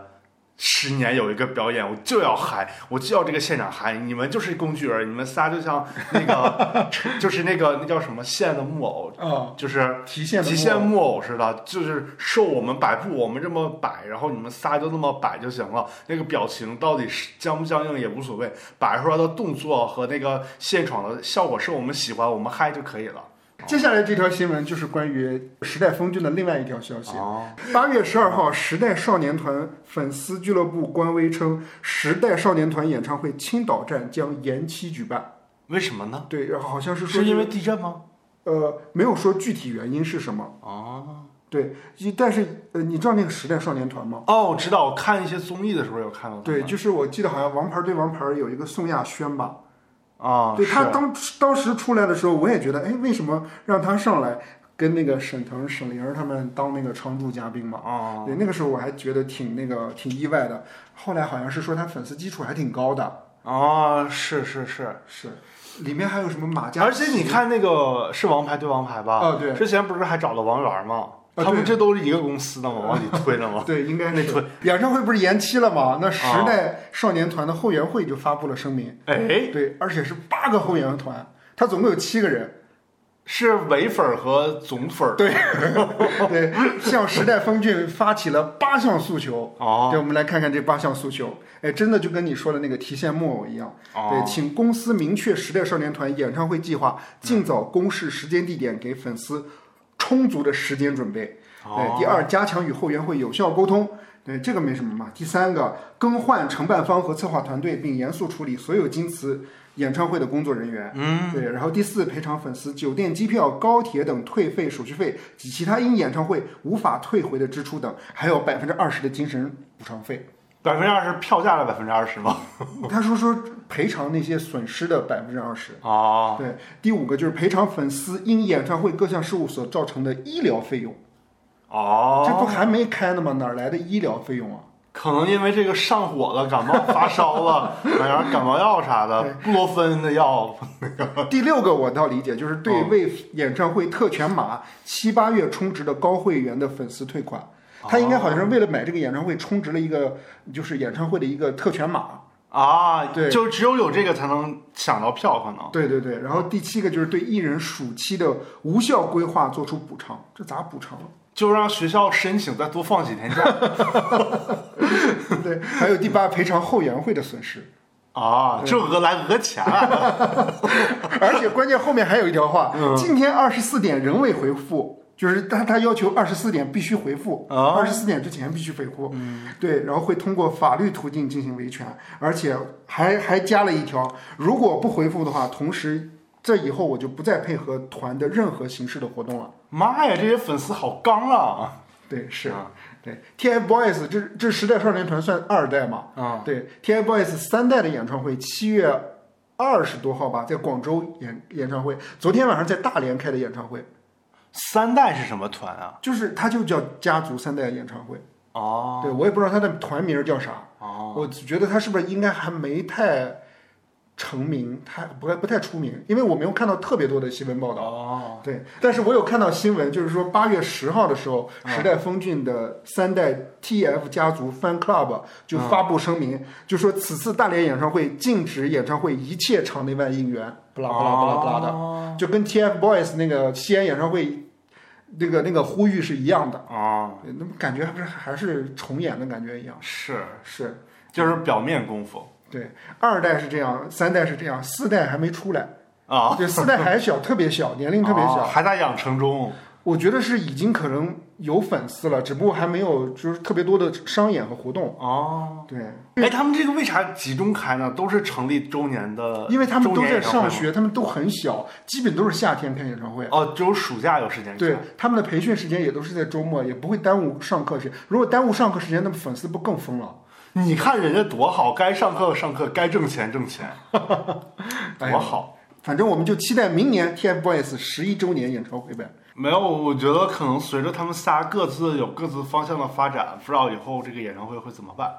B: 十年有一个表演，我就要嗨，我就要这个现场嗨。你们就是工具人，你们仨就像那个， 就是那个那叫什么线的木偶，
A: 啊，
B: 就是
A: 提现
B: 提线木偶似的，就是受我们摆布，我们这么摆，然后你们仨就那么摆就行了。那个表情到底是僵不僵硬也无所谓，摆出来的动作和那个现场的效果是我们喜欢，我们嗨就可以了。
A: 接下来这条新闻就是关于时代峰峻的另外一条消息。
B: 哦，
A: 八月十二号，时代少年团粉丝俱乐部官微称，时代少年团演唱会青岛站将延期举办。
B: 为什么呢？
A: 对，然后好像是说
B: 是因为地震吗？
A: 呃没有说具体原因是什么。
B: 哦
A: 对，一但是呃你知道那个时代少年团吗？
B: 哦，我知道，我看一些综艺的时候有看到啊他们。
A: 对，就是我记得好像《王牌对王牌》有一个宋亚轩吧，
B: 啊，
A: 对他
B: 是
A: 当当时出来的时候，我也觉得，哎，为什么让他上来跟那个沈腾、沈凌儿他们当那个常驻嘉宾嘛？
B: 啊，
A: 对，那个时候我还觉得挺那个挺意外的。后来好像是说他粉丝基础还挺高的，
B: 啊，是是是，
A: 是，里面还有什么马嘉祺，
B: 而且你看那个是王牌对王牌吧？
A: 哦对
B: 之前不是还找了王源吗？
A: 啊
B: 他们
A: 对。
B: 这都是一个公司的嘛，往里推的嘛
A: 对，应该
B: 那啊
A: 是演唱会不是延期了吗？那时代少年团的后援会就发布了声明，
B: 哎，
A: 对，而且是八个后援团，他总共有七个人。
B: 是伪粉儿和总粉儿。对，
A: 对，向时代峰峻发起了八项诉求。
B: 哦
A: 对，我们来看看这八项诉求。哎，真的就跟你说的那个提线木偶一样。
B: 哦嗯
A: 对，请公司明确时代少年团演唱会计划，尽早公示时间地点，给粉丝充足的时间准备。
B: 哦
A: 对，第二，加强与后援会有效沟通。对，这个没什么嘛。第三个，更换承办方和策划团队，并严肃处理所有经此演唱会的工作人员。嗯，对。然后第四，赔偿粉丝酒店、机票、高铁等退费手续费及其他因演唱会无法退回的支出等，还有百分之二十的精神补偿费。
B: 百分之二十票价的百分之二十吗？
A: 他说说赔偿那些损失的百分之二十。
B: 哦，
A: 对，第五个就是赔偿粉丝因演唱会各项事务所造成的医疗费用，
B: 哦，
A: 这不还没开呢吗？哪儿来的医疗费用啊？
B: 可能因为这个上火了，感冒发烧 了，买点儿感冒药啥的，布洛芬的药。
A: 第六个我倒理解，就是对为演唱会特权码七八月充值的高会员的粉丝退款，他应该好像是为了买这个演唱会充值了一个，就是演唱会的一个特权码。
B: 啊，
A: 对
B: 就只有有这个才能抢到票，可能。
A: 对对对，然后第七个就是对艺人暑期的无效规划做出补偿，这咋补偿？
B: 就让学校申请再多放几天 假
A: 对，还有第八赔偿后援会的损失，
B: 啊，这讹来讹钱啊。
A: 而且关键后面还有一条话，今天二十四点仍未回复，就是他他要求二十四点必须回复，
B: 啊
A: 二十四点之前必须回复，对，然后会通过法律途径进行维权，而且还还加了一条，如果不回复的话，同时这以后我就不再配合团的任何形式的活动了。
B: 妈呀，这些粉丝好刚啊！
A: 对，是啊，对，TFBOYS 这这时代少年团算二代嘛？
B: 啊，
A: 对，TFBOYS 三代的演唱会，七月二十多号吧，在广州演演唱会，昨天晚上在大连开的演唱会，
B: 三代是什么团啊？
A: 就是它就叫家族三代演唱会。
B: 哦
A: 对我也不知道它的团名叫啥，
B: 哦，
A: 我觉得他是不是应该还没太成名，他不太不太出名，因为我没有看到特别多的新闻报道。
B: 哦，
A: 对，但是我有看到新闻，就是说八月十号的时候，
B: 啊
A: 时代峰峻的三代 TF 家族 Fan Club 就
B: 啊
A: 发布声明，就说此次大连演唱会禁止演唱会一切场内外应援，不
B: 不
A: 啦不啦不啦不啦的，
B: 的。
A: 就跟 TFBOYS 那个西安演唱会那个那个呼吁是一样的，
B: 哦，
A: 对那么感觉还不是还是重演的感觉一样，
B: 是，
A: 是。
B: 就是表面功夫
A: 对，二代是这样，三代是这样，四代还没出来，
B: 啊，
A: 对，四代还 小，特别小，年龄特别
B: 哦
A: 小。
B: 还在养成中。
A: 我觉得是已经可能有粉丝了，只不过还没有就是特别多的商演和活动。
B: 哦，
A: 对，
B: 哎，他们这个为啥集中开呢？都是成立周年的，
A: 因为他们都在
B: 周年演唱会吗
A: 上。学，他们都很小，基本都是夏天开演唱会。
B: 哦，只有暑假有时间看。
A: 对，他们的培训时间也都是在周末，也不会耽误上课时间。如果耽误上课时间，那么粉丝不更疯了？
B: 你看人家多好，该上课上课，该挣钱挣钱，
A: 哎
B: 多好。
A: 反正我们就期待明年 TFBOYS 十一周年演唱会呗。
B: 没有，我觉得可能随着他们仨各自有各自方向的发展，不知道以后这个演唱会会怎么办。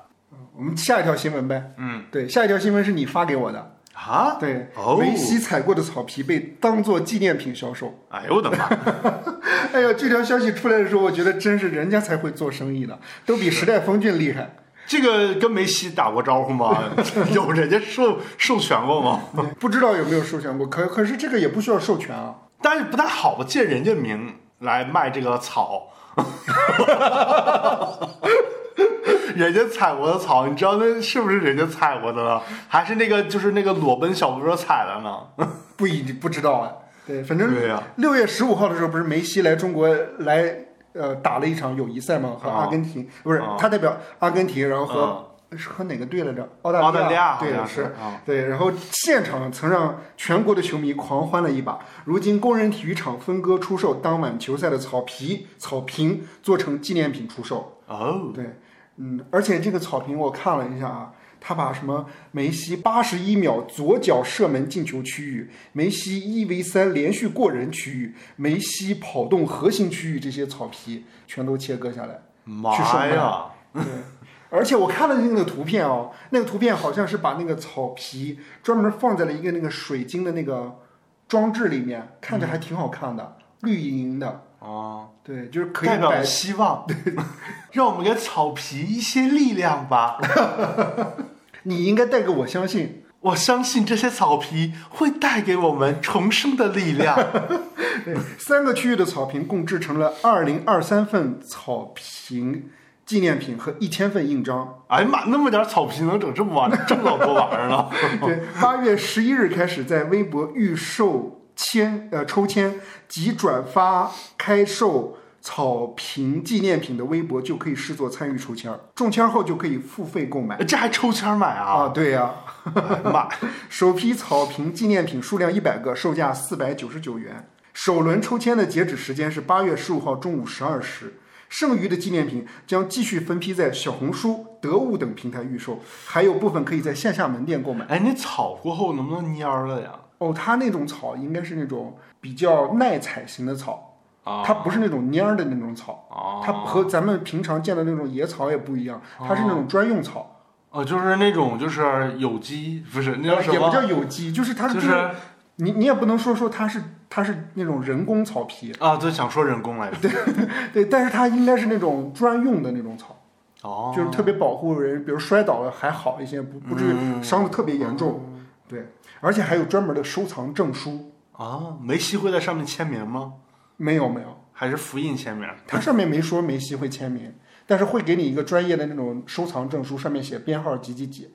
A: 我们下一条新闻呗。
B: 嗯
A: 对，下一条新闻是你发给我的。
B: 啊，
A: 对，
B: 哦
A: 梅西采购的草皮被当做纪念品销售。
B: 哎呦我的妈！
A: 哎呀，这条消息出来的时候，我觉得真是人家才会做生意呢，都比时代峰峻厉害。
B: 这个跟梅西打过招呼吗？ 有人家授授权过吗？
A: 不知道有没有授权过，可可是这个也不需要授权啊。
B: 但是不太好吧，借人家名来卖这个草， 人家采过的草，你知道那是不是人家采过的呢？还是那个就是那个裸奔小哥采的呢？
A: 不一定不知道啊。对，反正
B: 对呀、
A: 六月十五号的时候，不是梅西来中国来呃打了一场友谊赛吗？和
B: 啊
A: 阿根廷、不是、
B: 啊
A: 他代表阿根廷，然后和、
B: 啊
A: 是和哪个队来着？澳
B: 嗯澳大
A: 利
B: 利亚好
A: 对
B: 像
A: 是。
B: 啊，
A: 对，然后现场曾让全国的球迷狂欢了一把。如今，工人体育场分割出售当晚球赛的草皮、草坪，做成纪念品出售。
B: 哦，
A: 对，嗯，而且这个草坪我看了一下啊，他把什么梅西八十一秒左脚射门进球区域、梅西一 v 三连续过人区域、梅西跑动核心区域这些草皮全都切割下来。
B: 妈
A: 去售卖
B: 呀！
A: 对，而且我看了那个图片哦，那个图片好像是把那个草皮专门放在了一个那个水晶的那个装置里面，看着还挺好看的，绿莹莹的。
B: 啊，
A: 对，就是可以
B: 代表
A: 摆。
B: 希望， 让我们给草皮一些力量吧。
A: 你应该带给我相信，
B: 我相信这些草皮会带给我们重生的力量。
A: 对，三个区域的草坪共制成了二零二三份草坪纪念品和一千份印章。
B: 哎呀妈，那么点草皮能整这么玩这么老多玩意儿 呢？
A: 对，八月十一日开始在微博预售签呃抽签及转发开售草坪纪念品的微博就可以视作参与抽签儿，中签儿后就可以付费购买。
B: 这还抽签买啊？
A: 啊，对呀、
B: 哎呀妈，
A: 首批草坪纪念品数量一百个，售价四百九十九元。首轮抽签的截止时间是八月十五号中午十二时。剩余的纪念品将继续分批在小红书、得物等平台预售，还有部分可以在线下门店购买。
B: 哎，那草过后能不能蔫儿了呀？
A: 哦，它那种草应该是那种比较耐踩型的草，
B: 啊
A: 它不是那种蔫儿的那种草，
B: 哦，
A: 它和咱们平常见的那种野草也不一样，它是那种专用草，
B: 哦，就是那种就是有机，哎不是那叫什
A: 也不
B: 么？
A: 叫有机，就是它
B: 就是
A: 你你也不能说说它是它是那种人工草皮，
B: 啊，对，想说人工来着。
A: 对，但是它应该是那种专用的那种草，
B: 哦，
A: 就是特别保护人，比如摔倒了还好一些，不不
B: 嗯
A: 至于伤的特别严
B: 哦
A: 重，对，而且还有专门的收藏证书，
B: 啊，梅西会在上面签名吗？
A: 没有没有。
B: 还是复印签名？
A: 它上面没说梅西会签名，但是会给你一个专业的那种收藏证书，上面写编号几几几。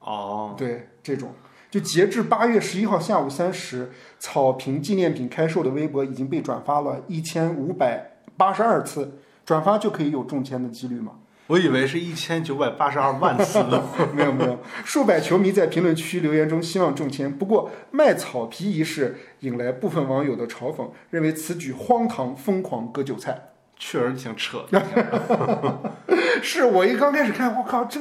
B: 哦，
A: 对，这种就截至八月十一号下午三时，草坪纪念品开售的微博已经被转发了一千五百八十二次，转发就可以有中签的几率嘛？
B: 我以为是一千九百八十二万次呢。
A: 没有没有，数百球迷在评论区留言中希望中签，不过卖草皮一事引来部分网友的嘲讽，认为此举荒唐、疯狂、割韭菜。
B: 确实挺扯的，
A: 是我一刚开始看，我靠，这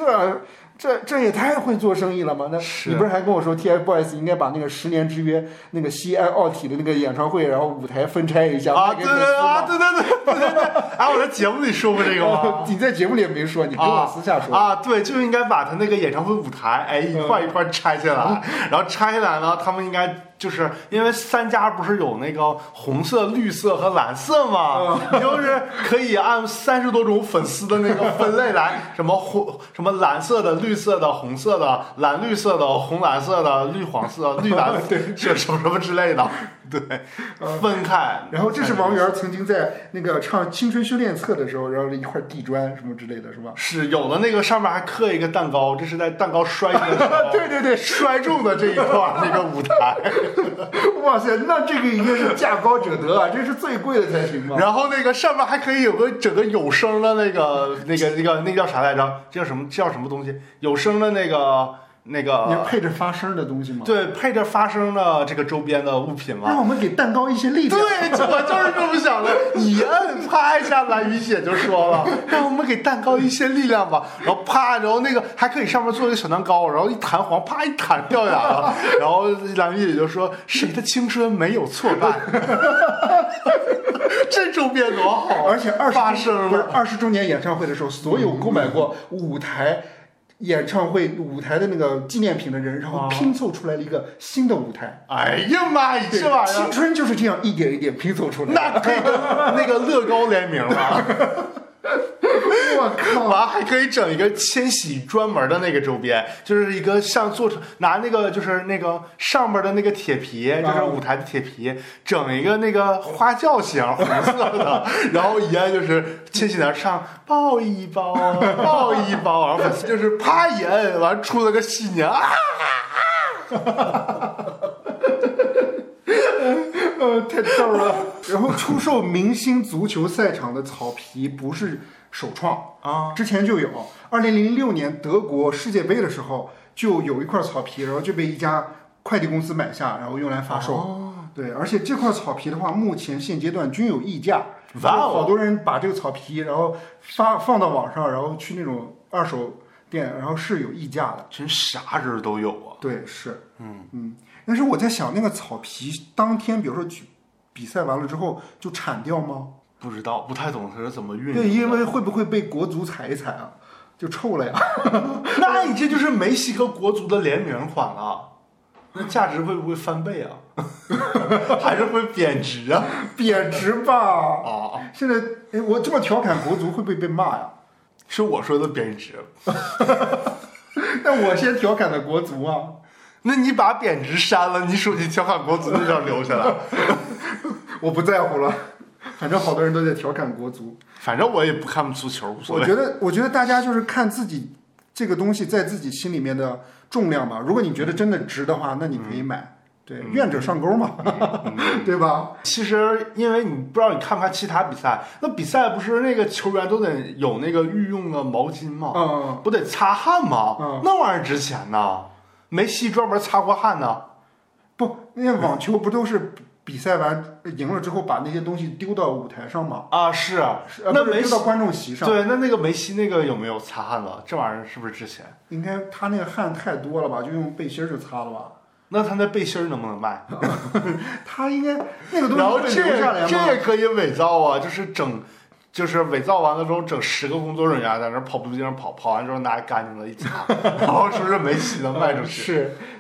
A: 这这也太会做生意了嘛！那
B: 是
A: 你不是还跟我说 TFBOYS 应该把那个十年之约那个西安奥体的那个演唱会，然后舞台分拆一下
B: 啊，
A: 卖给
B: 对对
A: 粉
B: 对
A: 丝
B: 啊，
A: 吗？
B: 对对对对对对， 啊，我在节目里说过这个吗？
A: 你在节目里也没说，你跟我私下说。
B: 啊，对，就应该把他那个演唱会舞台，哎，一块一块拆下
A: 嗯
B: 来，然后拆下来呢，他们应该就是因为三家不是有那个红色、绿色和蓝色吗？
A: 嗯
B: 你就是可以按三十多种粉丝的那个分类来， 什么红、什么蓝色的、绿色的、红色的、蓝绿色的、红蓝色的、绿黄色、绿蓝
A: 对嗯
B: 是什么什么之类的，对，分开。
A: 然后这是王源曾经在那个唱《青春修炼册》的时候，然后一块地砖什么之类的，是吧？
B: 是有的那个上面还刻一个蛋糕，这是在蛋糕摔下的时候
A: 对对对，
B: 摔中的这一段那个舞 台，
A: 哇塞，那这个应该是价高者得啊，这是最贵的才行吧？
B: 然后那个上面还可以有个整个有声的那个那个那个那个叫啥来着？这叫什么？这叫什么东西？有声的那个那
A: 你
B: 个，
A: 配着发声的东西吗？
B: 对，配着发声的这个周边的物品
A: 让
B: 嘛。
A: 我们给蛋糕一些力
B: 对，
A: 量。
B: 我就是这么想的。你摁啪一下，蓝雨姐就 说了，让我们给蛋糕一些力量吧。然后啪，然后那个还可以上面做一个小蛋糕，然后一弹簧，啪一弹掉下来 了。然后蓝雨姐就说：“谁的青春没有挫败？” 这周边多好，啊
A: 而且二十
B: 发声
A: 不是
B: 了。
A: 二十周年演唱会的时候，所有购买过舞台演唱会舞台的那个纪念品的人，然后拼凑出来了一个新的舞台。
B: 哎呀妈呀，
A: 对
B: 这玩意
A: 青
B: 儿
A: 春就是这样一点一点拼凑出来的。
B: 那可以跟那个乐高联名了。
A: 我靠！
B: 完还可以整一个千玺专门的那个周边，就是一个像做成拿那个就是那个上面的那个铁皮，就是舞台的铁皮，整一个那个花轿型红色 的，然后一摁就是千玺在那唱抱一抱抱一抱，然后粉丝就是啪一摁，完出了个喜娘啊，
A: 呃，太逗了。 然后出售明星足球赛场的草皮不是首创
B: 啊，
A: 之前就有。二零零六年德国世界杯的时候，就有一块草皮，然后就被一家快递公司买下，然后用来发售。对，而且这块草皮的话，目前现阶段均有溢价。
B: 哇哦
A: 有好多人把这个草皮，然后发放到网上，然后去那种二手店，然后是有溢价的。
B: 真啥人都有啊。
A: 对，是，嗯嗯。但是我在想，那个草皮当天，比如说举比赛完了之后就铲掉吗？
B: 不知道，不太懂他是怎么运
A: 对，因
B: 营的。
A: 为会不会被国足踩一踩啊？就臭了呀！
B: 那你这就是梅西和国足的联名款了，那价值会不会翻倍啊？ 还是会贬值啊？
A: 贬值吧！
B: 啊，
A: 现在，哎，我这么调侃国足会不会被骂呀？
B: 是我说的贬值。
A: 但我先调侃的国足啊，
B: 那你把贬值删了，你手机调侃国足那张留下来。
A: 我不在乎了。反正好多人都在调侃国足，
B: 反正我也不看足球，无所
A: 我
B: 谓。
A: 觉得，我觉得大家就是看自己这个东西在自己心里面的重量吧。如果你觉得真的值的话，那你可以买。对，愿者上钩嘛， 对吧？
B: 其实，因为你不知道你看不看其他比赛，那比赛不是那个球员都得有那个御用的毛巾吗？
A: 嗯，
B: 不得擦汗吗？
A: 嗯
B: 那玩意儿值钱呐，梅西专门擦过汗呢。
A: 不，那些网球不都是比赛完赢了之后把那些东西丢到舞台上吗？
B: 啊，是
A: 是呃不
B: 那
A: 是
B: 梅
A: 丢
B: 西
A: 到观众席上，
B: 对，那那个梅西那个有没有擦汗了？这玩意儿是不是值钱？
A: 应该他那个汗太多了吧，就用背心儿就擦了吧。
B: 那他那背心儿能不能卖？
A: 他应该那个
B: 然后
A: 东西
B: 这
A: 会留下来
B: 个
A: 吗？
B: 这也可以伪造啊，就是整，就是伪造完了之后整十个工作人员在那跑步机上跑，跑完之后拿干净了一擦， 然后是不是梅西能卖出去？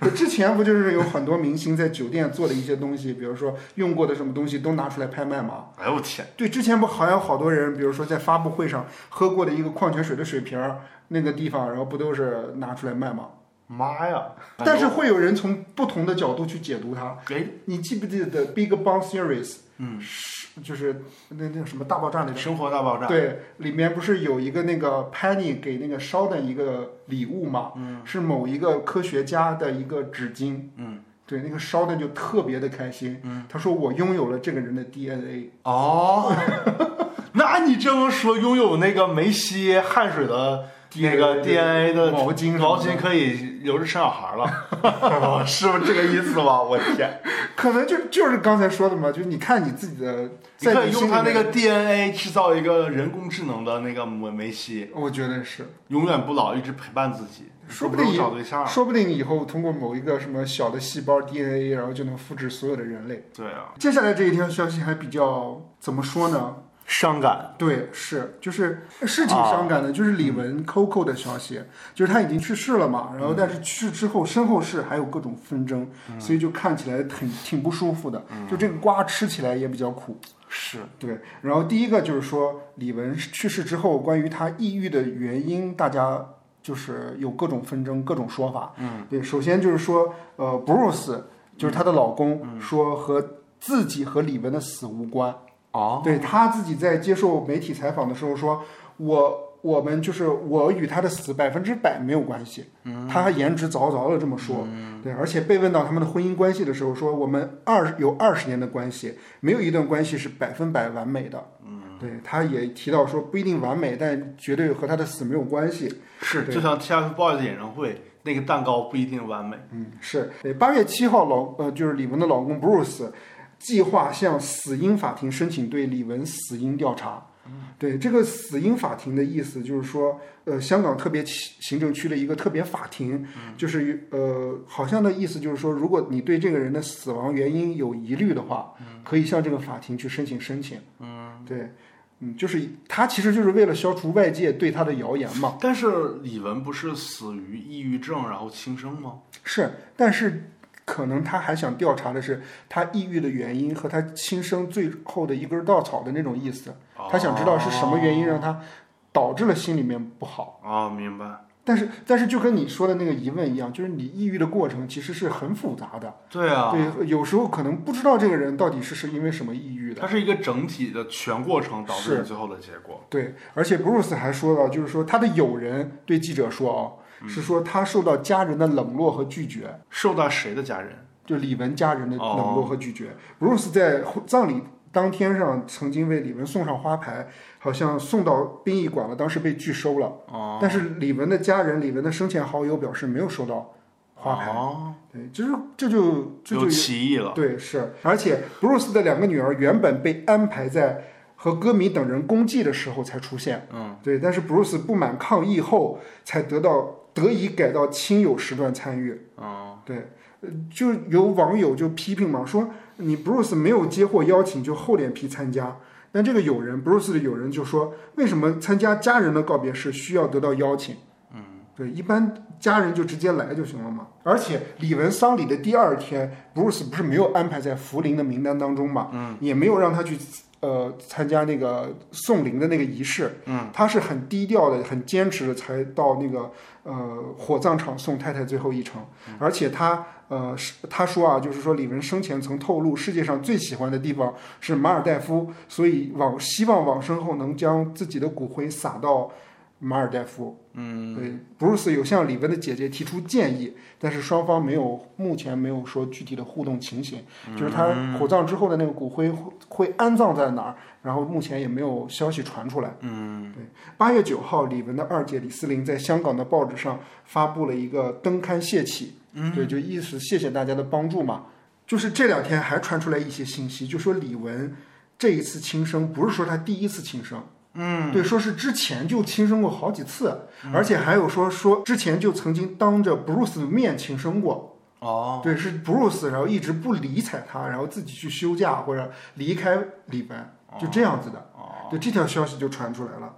A: 是，之前不就是有很多明星在酒店做的一些东西，比如说用过的什么东西都拿出来拍卖吗？
B: 哎呦我天！
A: 对，之前不好像有好多人，比如说在发布会上喝过的一个矿泉水的水瓶儿那个地方，然后不都是拿出来卖吗？
B: 妈呀！
A: 但是会有人从不同的角度去解读它。
B: 哎，
A: 你记不记得《Big Bang Theory》？
B: 嗯，
A: 是就是那那个什么大爆炸那个？
B: 生活大爆炸，
A: 对，里面不是有一个那个 Penny 给那个 Sheldon 一个礼物吗？嗯，是某一个科学家的一个纸巾。
B: 嗯，
A: 对，那个 Sheldon 就特别的开心。嗯，他说我拥有了这个人的 DNA。
B: 哦，那你这么说，拥有那个梅西汗水的那个 DNA 的
A: 毛巾什么的
B: 毛巾可以留着生小孩了，是不是这个意思吧？我天，
A: 可能就就是刚才说的嘛，就是你看你自己的，
B: 你
A: 在
B: 可以
A: 你
B: 用
A: 心里
B: 他那
A: 面
B: 个 DNA 制造一个人工智能的那个梅梅西，
A: 我觉得是，
B: 永远不老，一直陪伴自己，
A: 说
B: 不
A: 不定
B: 找对象。
A: 说不定以后通过某一个什么小的细胞 DNA，然后就能复制所有的人类。
B: 对啊，
A: 接下来这一条消息还比较怎么说呢？
B: 伤感。
A: 对，是就是是挺伤感的，就是李玟 Coco 的消息，就是她已经去世了嘛，然后但是去世之后身后事还有各种纷争，所以就看起来挺挺不舒服的，就这个瓜吃起来也比较苦。
B: 是，
A: 对，然后第一个就是说李玟去世之后，关于她抑郁的原因，大家就是有各种纷争、各种说法。嗯，对，首先就是说，呃，Bruce 就是她的老公、说和自己和李玟的死无关。
B: 哦，
A: 对她自己在接受媒体采访的时候说，我我们就是我与她的死百分之百没有关系。嗯，她还言之凿凿的这么说。对，而且被问到他们的婚姻关系的时候，说我们二有二十年的关系，没有一段关系是百分百完美的。嗯，对，她也提到说不一定完美，但绝对和她的死没有关系。
B: 是，
A: 对
B: 就像 TFBOYS 的演唱会，那个蛋糕不一定完美。
A: 嗯，是。对，八月七号，老呃就是李玟的老公 Bruce 计划向死因法庭申请对李玟死因调查。对，这个死因法庭的意思就是说，呃，香港特别行行政区的一个特别法庭，就是呃，好像的意思就是说，如果你对这个人的死亡原因有疑虑的话，可以向这个法庭去申请申请。嗯，对，嗯，就是他其实就是为了消除外界对他的谣言嘛。
B: 但是李玟不是死于抑郁症然后轻生吗？
A: 是，但是可能他还想调查的是他抑郁的原因和他轻生最后的一根稻草的那种意思。他想知道是什么原因让他导致了心里面不好。
B: 哦，明白。
A: 但是，但是就跟你说的那个疑问一样，就是你抑郁的过程其实是很复杂的。
B: 对啊，
A: 对，有时候可能不知道这个人到底是是因为什么抑郁的。
B: 它是一个整体的全过程导致
A: 是
B: 你最后的结果。
A: 对，而且 Bruce 还说到，就是说他的友人对记者说啊、是说他受到家人的冷落和拒绝。
B: 受到谁的家人？
A: 就李玟家人的冷
B: 哦
A: 落和拒绝。Bruce 在婚葬礼当天上曾经为李玟送上花牌，好像送到殡仪馆了，当时被拒收了。
B: 哦，
A: 但是李玟的家人、李玟的生前好友表示没有收到花牌。
B: 哦，
A: 对，就是这就这
B: 有
A: 就
B: 歧义了。
A: 对是，而且 Bruce 的两个女儿原本被安排在和歌迷等人公祭的时候才出现。
B: 嗯，
A: 对，但是 Bruce 不满抗议后，才得到得以改到亲友时段参与。
B: 嗯，
A: 对，呃就有网友就批评嘛，说你 Bruce 没有接获邀请就厚脸皮参加。但这个友人 Bruce 的友人就说，为什么参加家人的告别式需要得到邀请？嗯，对，一般家人就直接来就行了嘛。而且李玟丧礼的第二天，Bruce 不是没有安排在福林的名单当中嘛？嗯，也没有让他去呃参加那个送灵的那个仪式。嗯，他是很低调的，很坚持的，才到那个呃火葬场送太太最后一程。而且他呃是他说啊，就是说李玟生前曾透露，世界上最喜欢的地方是马尔代夫，所以往希望往生后能将自己的骨灰撒到马尔代夫。嗯，对，Bruce 有向李玟的姐姐提出建议，但是双方没有目前没有说具体的互动情形，就是他火葬之后的那个骨灰会会安葬在哪儿，然后目前也没有消息传出来。嗯，对，八月九号，李玟的二姐李思玲在香港的报纸上发布了一个登刊谢启，嗯，对，就意思谢谢大家的帮助嘛。就是这两天还传出来一些信息，就说李玟这一次轻生不是说她第一次轻生。嗯，对，说是之前就轻生过好几次，嗯而且还有说说之前就曾经当着 Bruce 的面轻生过。
B: 哦，
A: 对，是 Bruce，然后一直不理睬他，然后自己去休假或者离开李玟，就这样子的。对，这条消息就传出来了。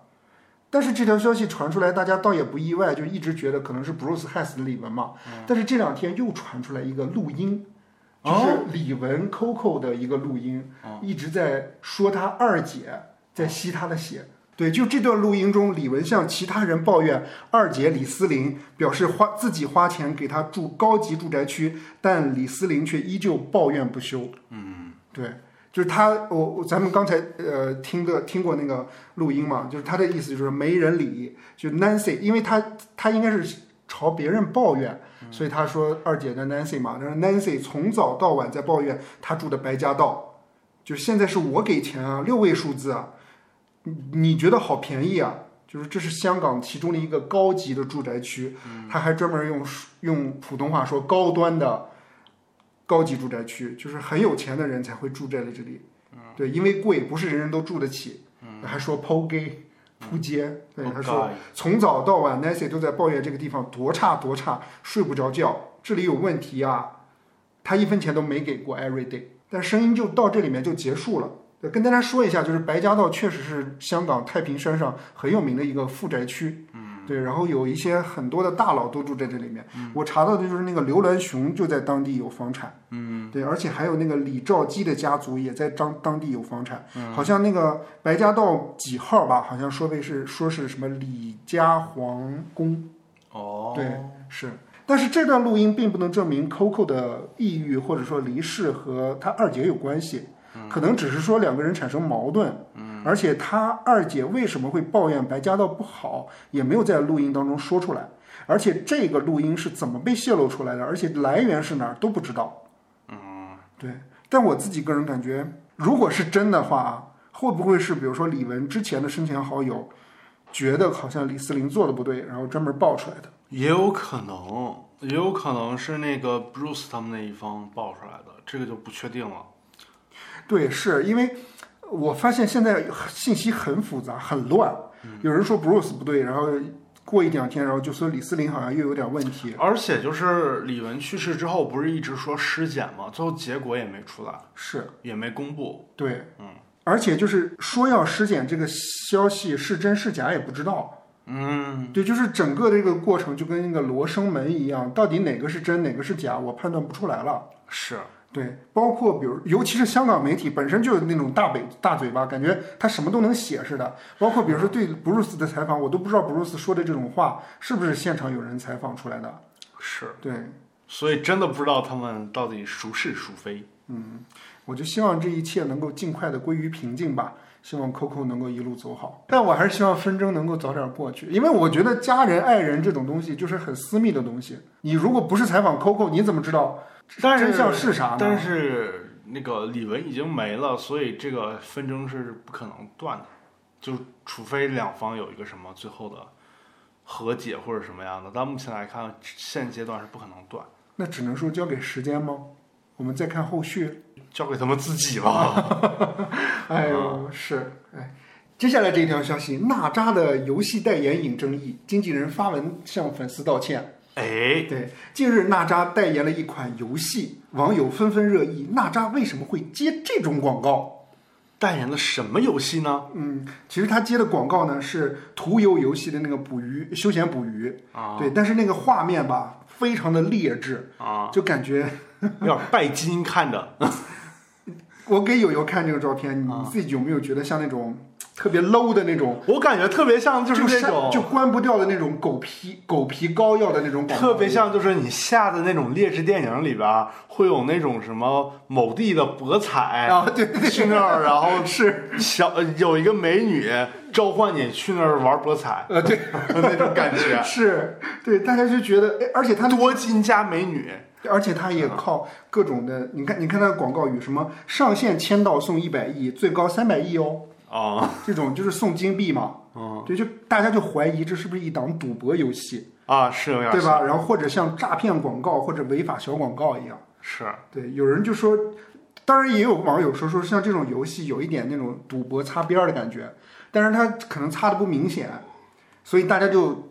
A: 但是这条消息传出来，大家倒也不意外，就一直觉得可能是 Bruce 害死的李玟嘛。但是这两天又传出来一个录音，就是李玟 Coco 的一个录音，一直在说她二姐在吸她的血。对，就这段录音中，李玟向其他人抱怨二姐李思玲表示花自己花钱给她住高级住宅区，但李思玲却依旧抱怨不休。嗯，对，就是她，我我咱们刚才呃听的听过那个录音嘛，就是她的意思就是没人理，就 Nancy，因为她她应该是朝别人抱怨，所以她说二姐的 Nancy 嘛，然后 Nancy 从早到晚在抱怨她住的白家道，就现在是我给钱啊，六位数字啊。你你觉得好便宜啊？就是这是香港其中的一个高级的住宅区，他还专门用用普通话说高端的高级住宅区，就是很有钱的人才会住在了这里。对，因为贵，不是人人都住得起。还说抛 gay 扑街，对，
B: Oh
A: 他说
B: God
A: 从早到晚 Nancy 都在抱怨这个地方多差多差，睡不着觉，这里有问题啊。他一分钱都没给过 Every Day，但声音就到这里面就结束了。对跟大家说一下，就是白家道确实是香港太平山上很有名的一个富宅区。嗯，对，然后有一些很多的大佬都住在这里面。我查到的就是那个刘銮雄就在当地有房产。嗯，对，而且还有那个李兆基的家族也在当当地有房产。好像那个白家道几号吧，好像说被是说是什么李家皇宫，
B: 哦，
A: 对，是。但是这段录音并不能证明 Coco 的抑郁或者说离世和他二姐有关系，可能只是说两个人产生矛盾。而且他二姐为什么会抱怨白家道不好，也没有在录音当中说出来。而且这个录音是怎么被泄露出来的，而且来源是哪儿都不知道。嗯，对。但我自己个人感觉，如果是真的话啊，会不会是比如说李玟之前的生前好友，觉得好像李思玲做的不对，然后专门爆出来的？
B: 也有可能，也有可能是那个 Bruce 他们那一方爆出来的，这个就不确定了。
A: 对，是因为我发现现在信息很复杂、很乱。有人说 Bruce 不对，然后过一两天，然后就说李思玲好像又有点问题。
B: 而且就是李玟去世之后，不是一直说尸检吗？最后结果也没出来，
A: 是
B: 也没公布。
A: 对，嗯，而且就是说要尸检这个消息是真是假也不知道。
B: 嗯，
A: 对，就是整个这个过程就跟那个罗生门一样，到底哪个是真，哪个是假，我判断不出来了。
B: 是，
A: 对，包括比如，尤其是香港媒体本身就有那种大嘴大嘴巴，感觉他什么都能写似的。包括比如说对布鲁斯的采访，我都不知道布鲁斯说的这种话是不是现场有人采访出来的。
B: 是，
A: 对，
B: 所以真的不知道他们到底孰是孰非。
A: 我就希望这一切能够尽快的归于平静吧。希望 Coco 能够一路走好，但我还是希望纷争能够早点过去，因为我觉得家人、爱人这种东西就是很私密的东西。你如果不是采访 Coco，你怎么知道
B: 但是啊
A: 真相是啥呢？
B: 但是那个李玟已经没了，所以这个纷争是不可能断的，就除非两方有一个什么最后的和解或者什么样的。但目前来看，现阶段是不可能断，
A: 那只能说交给时间吗？我们再看后续。
B: 交给他们自己吧。
A: 哎
B: 啊
A: 呦，是哎。接下来这一条消息，娜扎的游戏代言引争议，经纪人发文向粉丝道歉。
B: 哎，
A: 对，近日娜扎代言了一款游戏，网友纷纷热议，娜扎为什么会接这种广告？
B: 代言了什么游戏呢？
A: 嗯，其实她接的广告呢是途游游戏的那个捕鱼休闲捕鱼，
B: 啊
A: 对，但是那个画面吧，非常的劣质，
B: 啊，
A: 就感觉
B: 有点拜金看着。
A: 我给友友看这个照片，
B: 啊
A: 你自己有没有觉得像那种特别 low 的那种
B: 我感觉特别像就是那
A: 删
B: 种，
A: 就关不掉的那种狗皮狗皮膏药的那种广告，
B: 特别像就是你下的那种劣质电影里边儿会有那种什么某地的博彩
A: 啊对对对
B: 去那儿，然后是小呃有一个美女召唤你去那儿玩博彩
A: 呃 对
B: 那种感觉，
A: 是，对大家就觉得，哎，而且他
B: 多金加美女，
A: 而且他也靠各种的，你看你看他的广告语什么上限签到送一百亿，最高三百亿哦，
B: 啊
A: 这种就是送金币嘛，
B: 嗯
A: 对，就大家就怀疑这是不是一档赌博游戏，
B: 啊是有点
A: 对
B: 像？
A: 吧？然后或者像诈骗广告或者违法小广告一样。
B: 是
A: 对，有人就说，当然也有网友说说像这种游戏有一点那种赌博擦边儿的感觉，但是它可能擦的不明显，所以大家就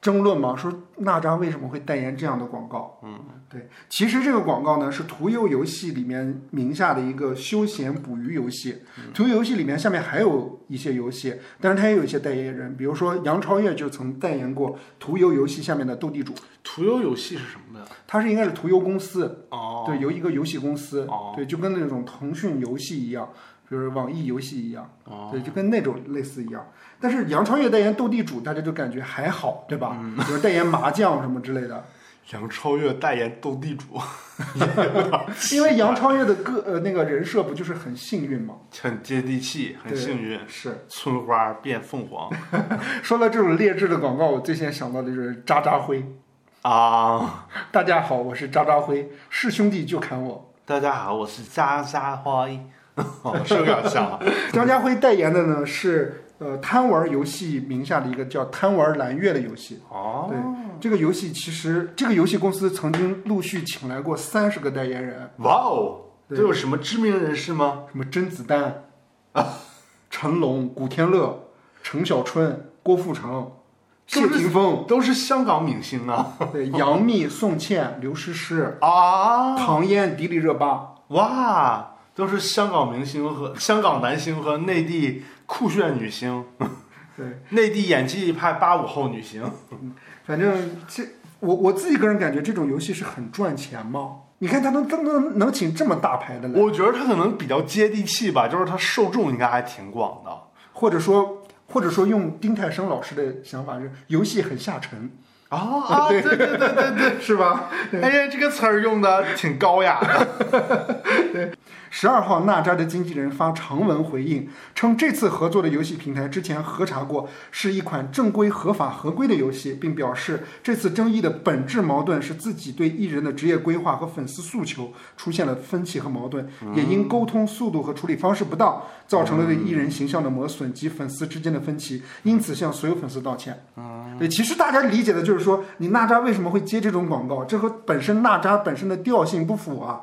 A: 争论嘛，说娜扎为什么会代言这样的广告？嗯，对，其实这个广告呢是途游游戏里面名下的一个休闲捕鱼游戏，途游游戏里面下面还有一些游戏，但是它也有一些代言人，比如说杨超越就曾代言过途游游戏下面的斗地主，
B: 途游游戏是什么的？
A: 它是应该是途游公司。
B: 哦，
A: 对，由一个游戏公司，
B: 哦
A: 对，就跟那种腾讯游戏一样，就是网易游戏一样，
B: 哦
A: 对，就跟那种类似一样。但是杨超越代言斗地主，大家就感觉还好，对吧？比如代言麻将什么之类的，
B: 杨超越代言斗地 主，
A: 因为杨超越的个呃那个人设不就是很幸运吗？
B: 很接地气，很
A: 对
B: 幸运，
A: 是。
B: 村花变凤凰
A: 说到这种劣质的广告，我最先想到的就是渣渣辉。
B: 啊！
A: 大家好，我是渣渣辉，是兄弟就砍我。
B: 大家好，我是渣渣花。哦，是有点像啊。
A: 张家辉代言的呢是呃贪玩游戏名下的一个叫贪玩蓝月的游戏。
B: 哦
A: 对，这个游戏其实这个游戏公司曾经陆续请来过三十个代言人，
B: 哇哦，
A: 对
B: 这有什么知名人士吗？
A: 什么甄子丹啊、成龙、古天乐、程小春、郭富城、谢
B: 是不是
A: 霆 锋、
B: 都是香港明星啊！
A: 对杨幂、宋茜、刘诗诗、
B: 啊，
A: 唐嫣、迪丽热
B: 哦
A: 巴，
B: 哇，都是香港明星和香港男星和内地酷炫女星，
A: 对，
B: 内地演技派八五后女星。
A: 反正这我我自己个人感觉这种游戏是很赚钱嘛。你看他能能能能请这么大牌的来，
B: 我觉得他可能比较接地气吧，就是他受众应该还挺广的。
A: 或者说或者说用丁太升老师的想法是，游戏很下沉，
B: 啊啊， 对对对对对，
A: 是吧？
B: 哎呀，这个词儿用的挺高雅的。
A: 十二号，娜扎的经纪人发长文回应，称这次合作的游戏平台之前核查过，是一款正规、合法、合规的游戏，并表示这次争议的本质矛盾是自己对艺人的职业规划和粉丝诉求出现了分歧和矛盾，也因沟通速度和处理方式不当，造成了对艺人形象的磨损及粉丝之间的分歧，因此向所有粉丝道歉。对，其实大家理解的就是说，你娜扎为什么会接这种广告？这和本身娜扎本身的调性不符啊。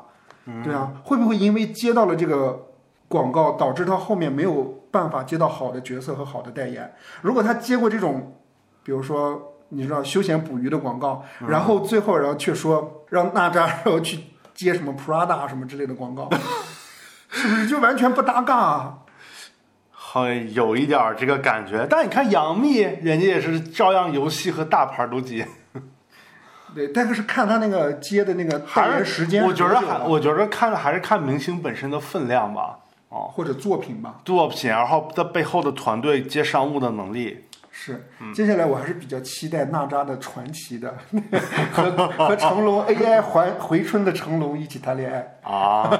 A: 对
B: 嗯
A: 啊，会不会因为接到了这个广告，导致他后面没有办法接到好的角色和好的代言？如果他接过这种，比如说你知道休闲捕鱼的广告，
B: 嗯
A: 然后最后然后却说让娜扎然后去接什么 Prada 什么之类的广 告，是不是就完全不搭嘎啊？
B: 好，有一点儿这个感觉，但你看杨幂，人家也是照样游戏和大牌儿都接，
A: 对，但是看他那个接的那个代
B: 还
A: 言
B: 是
A: 时间
B: 我
A: 很久
B: 觉
A: 了，
B: 得还，我觉得看还是看明星本身的分量吧，哦，
A: 或者作品吧。
B: 作品，然后在背后的团队接商务的能力，
A: 是，
B: 嗯
A: 接下来我还是比较期待娜扎的传奇的，和和成龙 AI 还回春的成龙一起谈恋爱，
B: 啊，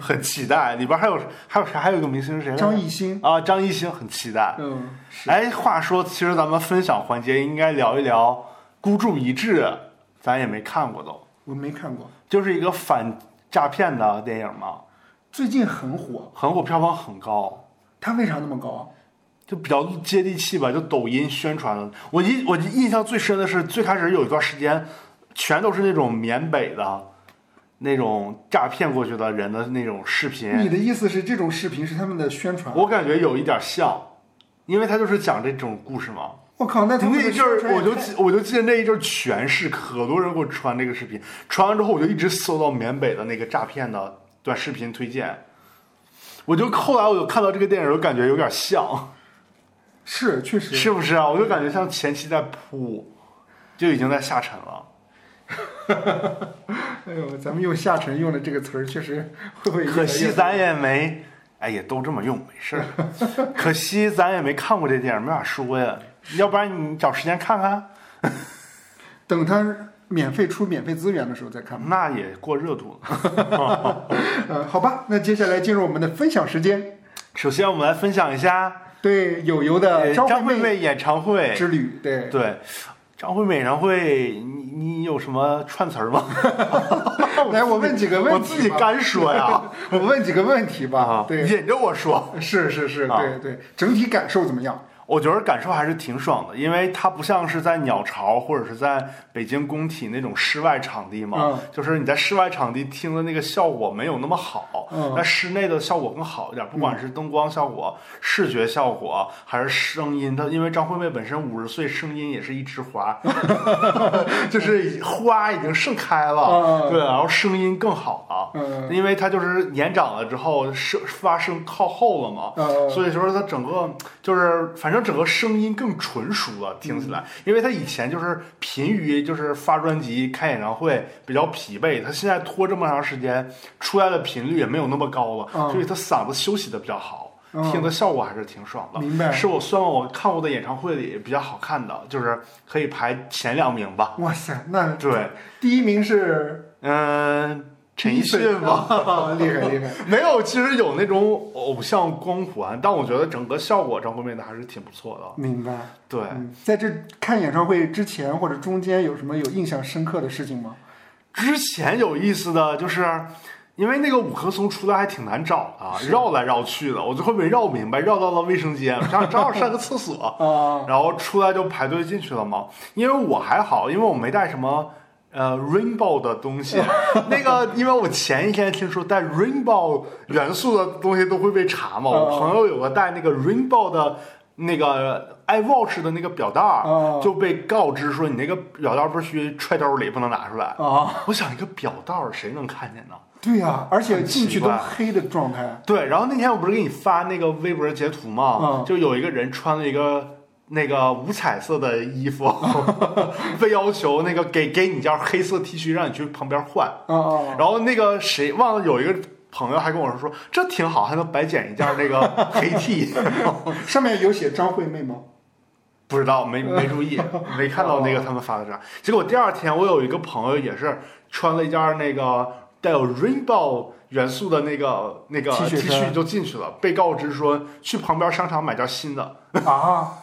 B: 很期待。里边还有还有谁？还有一个明星是谁来着？
A: 张艺兴，
B: 啊，张艺兴很期待。
A: 嗯，
B: 哎，话说，其实咱们分享环节应该聊一聊《孤注一掷》，咱也没看过都，
A: 我没看过，
B: 就是一个反诈骗的电影嘛，
A: 最近很火，
B: 很火，票房很高，
A: 他为啥那么高啊？
B: 就比较接地气吧，就抖音宣传的。我印我印象最深的是，最开始有一段时间，全都是那种缅北的。那种诈骗过去的人的那种视频，
A: 你的意思是这种视频是他们的宣传？啊
B: 我感觉有一点像，因为他就是讲这种故事嘛。
A: 我靠，那他们
B: 那
A: 的
B: 一阵儿
A: 宣传也
B: 我就
A: 太
B: 记，我就记得那一阵儿全是可多人给我传这个视频，传完之后我就一直搜到缅北的那个诈骗的短视频推荐。我就后来我就看到这个电影，我感觉有点像，
A: 是确实
B: 是不是啊？我就感觉像前期在铺，就已经在下沉了。
A: 哎呦，咱们用下沉用的这个词儿，确实会不会
B: 可惜
A: 咱
B: 咱也没，哎呀，都这么用，没事儿。可惜咱也没看过这电影，没法说呀。要不然你找时间看看，
A: 等他免费出免费资源的时候再看吧。
B: 那也过热度了。
A: 呃，好吧，那接下来进入我们的分享时间，
B: 首先，我们来分享一下
A: 对友友的
B: 呃张
A: 张
B: 惠
A: 惠妹
B: 妹演唱会。
A: 之旅，对。
B: 对，张惠妹演唱会，你你有什么串词儿吗？
A: 来，我问几个
B: 我
A: 问
B: 自
A: 题
B: 己
A: 吧，
B: 干 说呀。
A: 我问几个问题吧
B: 啊。，
A: 对，
B: 引着我说，
A: 是是是，
B: 啊
A: 对对，整体感受怎么样？
B: 我觉得感受还是挺爽的，因为它不像是在鸟巢或者是在北京工体那种室外场地嘛，
A: 嗯
B: 就是你在室外场地听的那个效果没有那么好，
A: 嗯
B: 但室内的效果更好一点，不管是灯光效果、视觉效果还是声音，它因为张惠妹本身五十岁，声音也是一 枝花，就是花已经盛开了，
A: 嗯
B: 对，然后声音更好了。
A: 嗯
B: 因为她就是年长了之后，声发声靠后了嘛，
A: 呃，
B: 所以说它整个就是，反正整个声音更纯熟
A: 嗯
B: 了，听起来，因为他以前就是频于就是发专辑、开演唱会比较疲惫，他现在拖这么长时间，出来的频率也没有那么高了，
A: 嗯
B: 所以他嗓子休息的比较好，
A: 嗯
B: 听的效果还是挺爽的。
A: 明白
B: 是我算我看过的演唱会里比较好看的，就是可以排前两名吧。
A: 哇塞，那
B: 对，
A: 第一名是
B: 嗯、陈奕 迅吧。
A: 啊吧？厉害厉害，
B: 没有，其实有那种偶像光环，但我觉得整个效果张惠妹的还是挺不错的。
A: 明白。
B: 对，
A: 嗯，在这看演唱会之前或者中间有什么有印象深刻的事情吗？
B: 之前有意思的就是因为那个五棵松出来还挺难找的啊，绕来绕去的，我最后没绕明白，绕到了卫生间，我想正好上个厕所，
A: 啊，
B: 然后出来就排队进去了嘛。因为我还好，因为我没带什么呃 rainbow 的东西。那个，因为我前一天听说带 rainbow 元素的东西都会被查嘛。我
A: 哦
B: 朋友有个带那个 rainbow 的那个 iWatch 的那个表带儿
A: 哦
B: 就被告知说你那个表带儿不许揣兜里，不能拿出来。
A: 啊，
B: 我想一个表带儿谁能看见呢？
A: 对呀、而且进去都
B: 很奇怪
A: 黑的状态，啊
B: 对，然后那天我不是给你发那个微博截图嘛，
A: 嗯
B: 就有一个人穿了一个那个五彩色的衣服，被要求那个给给你一件黑色 T 恤，让你去旁边换。
A: 啊啊，
B: 然后那个谁忘了有一个朋友还跟我说说这挺好，还能白捡一件那个黑 T，
A: 上面有写张惠妹吗？
B: 不知 道没没注意，没看到
A: 哦
B: 那个他们发的啥。结果第二天我有一个朋友也是穿了一件那个带有 rainbow 元素的那个那个
A: T 恤
B: T
A: 衫
B: 恤就进去了，被告知说去旁边商场买件新的。
A: 啊，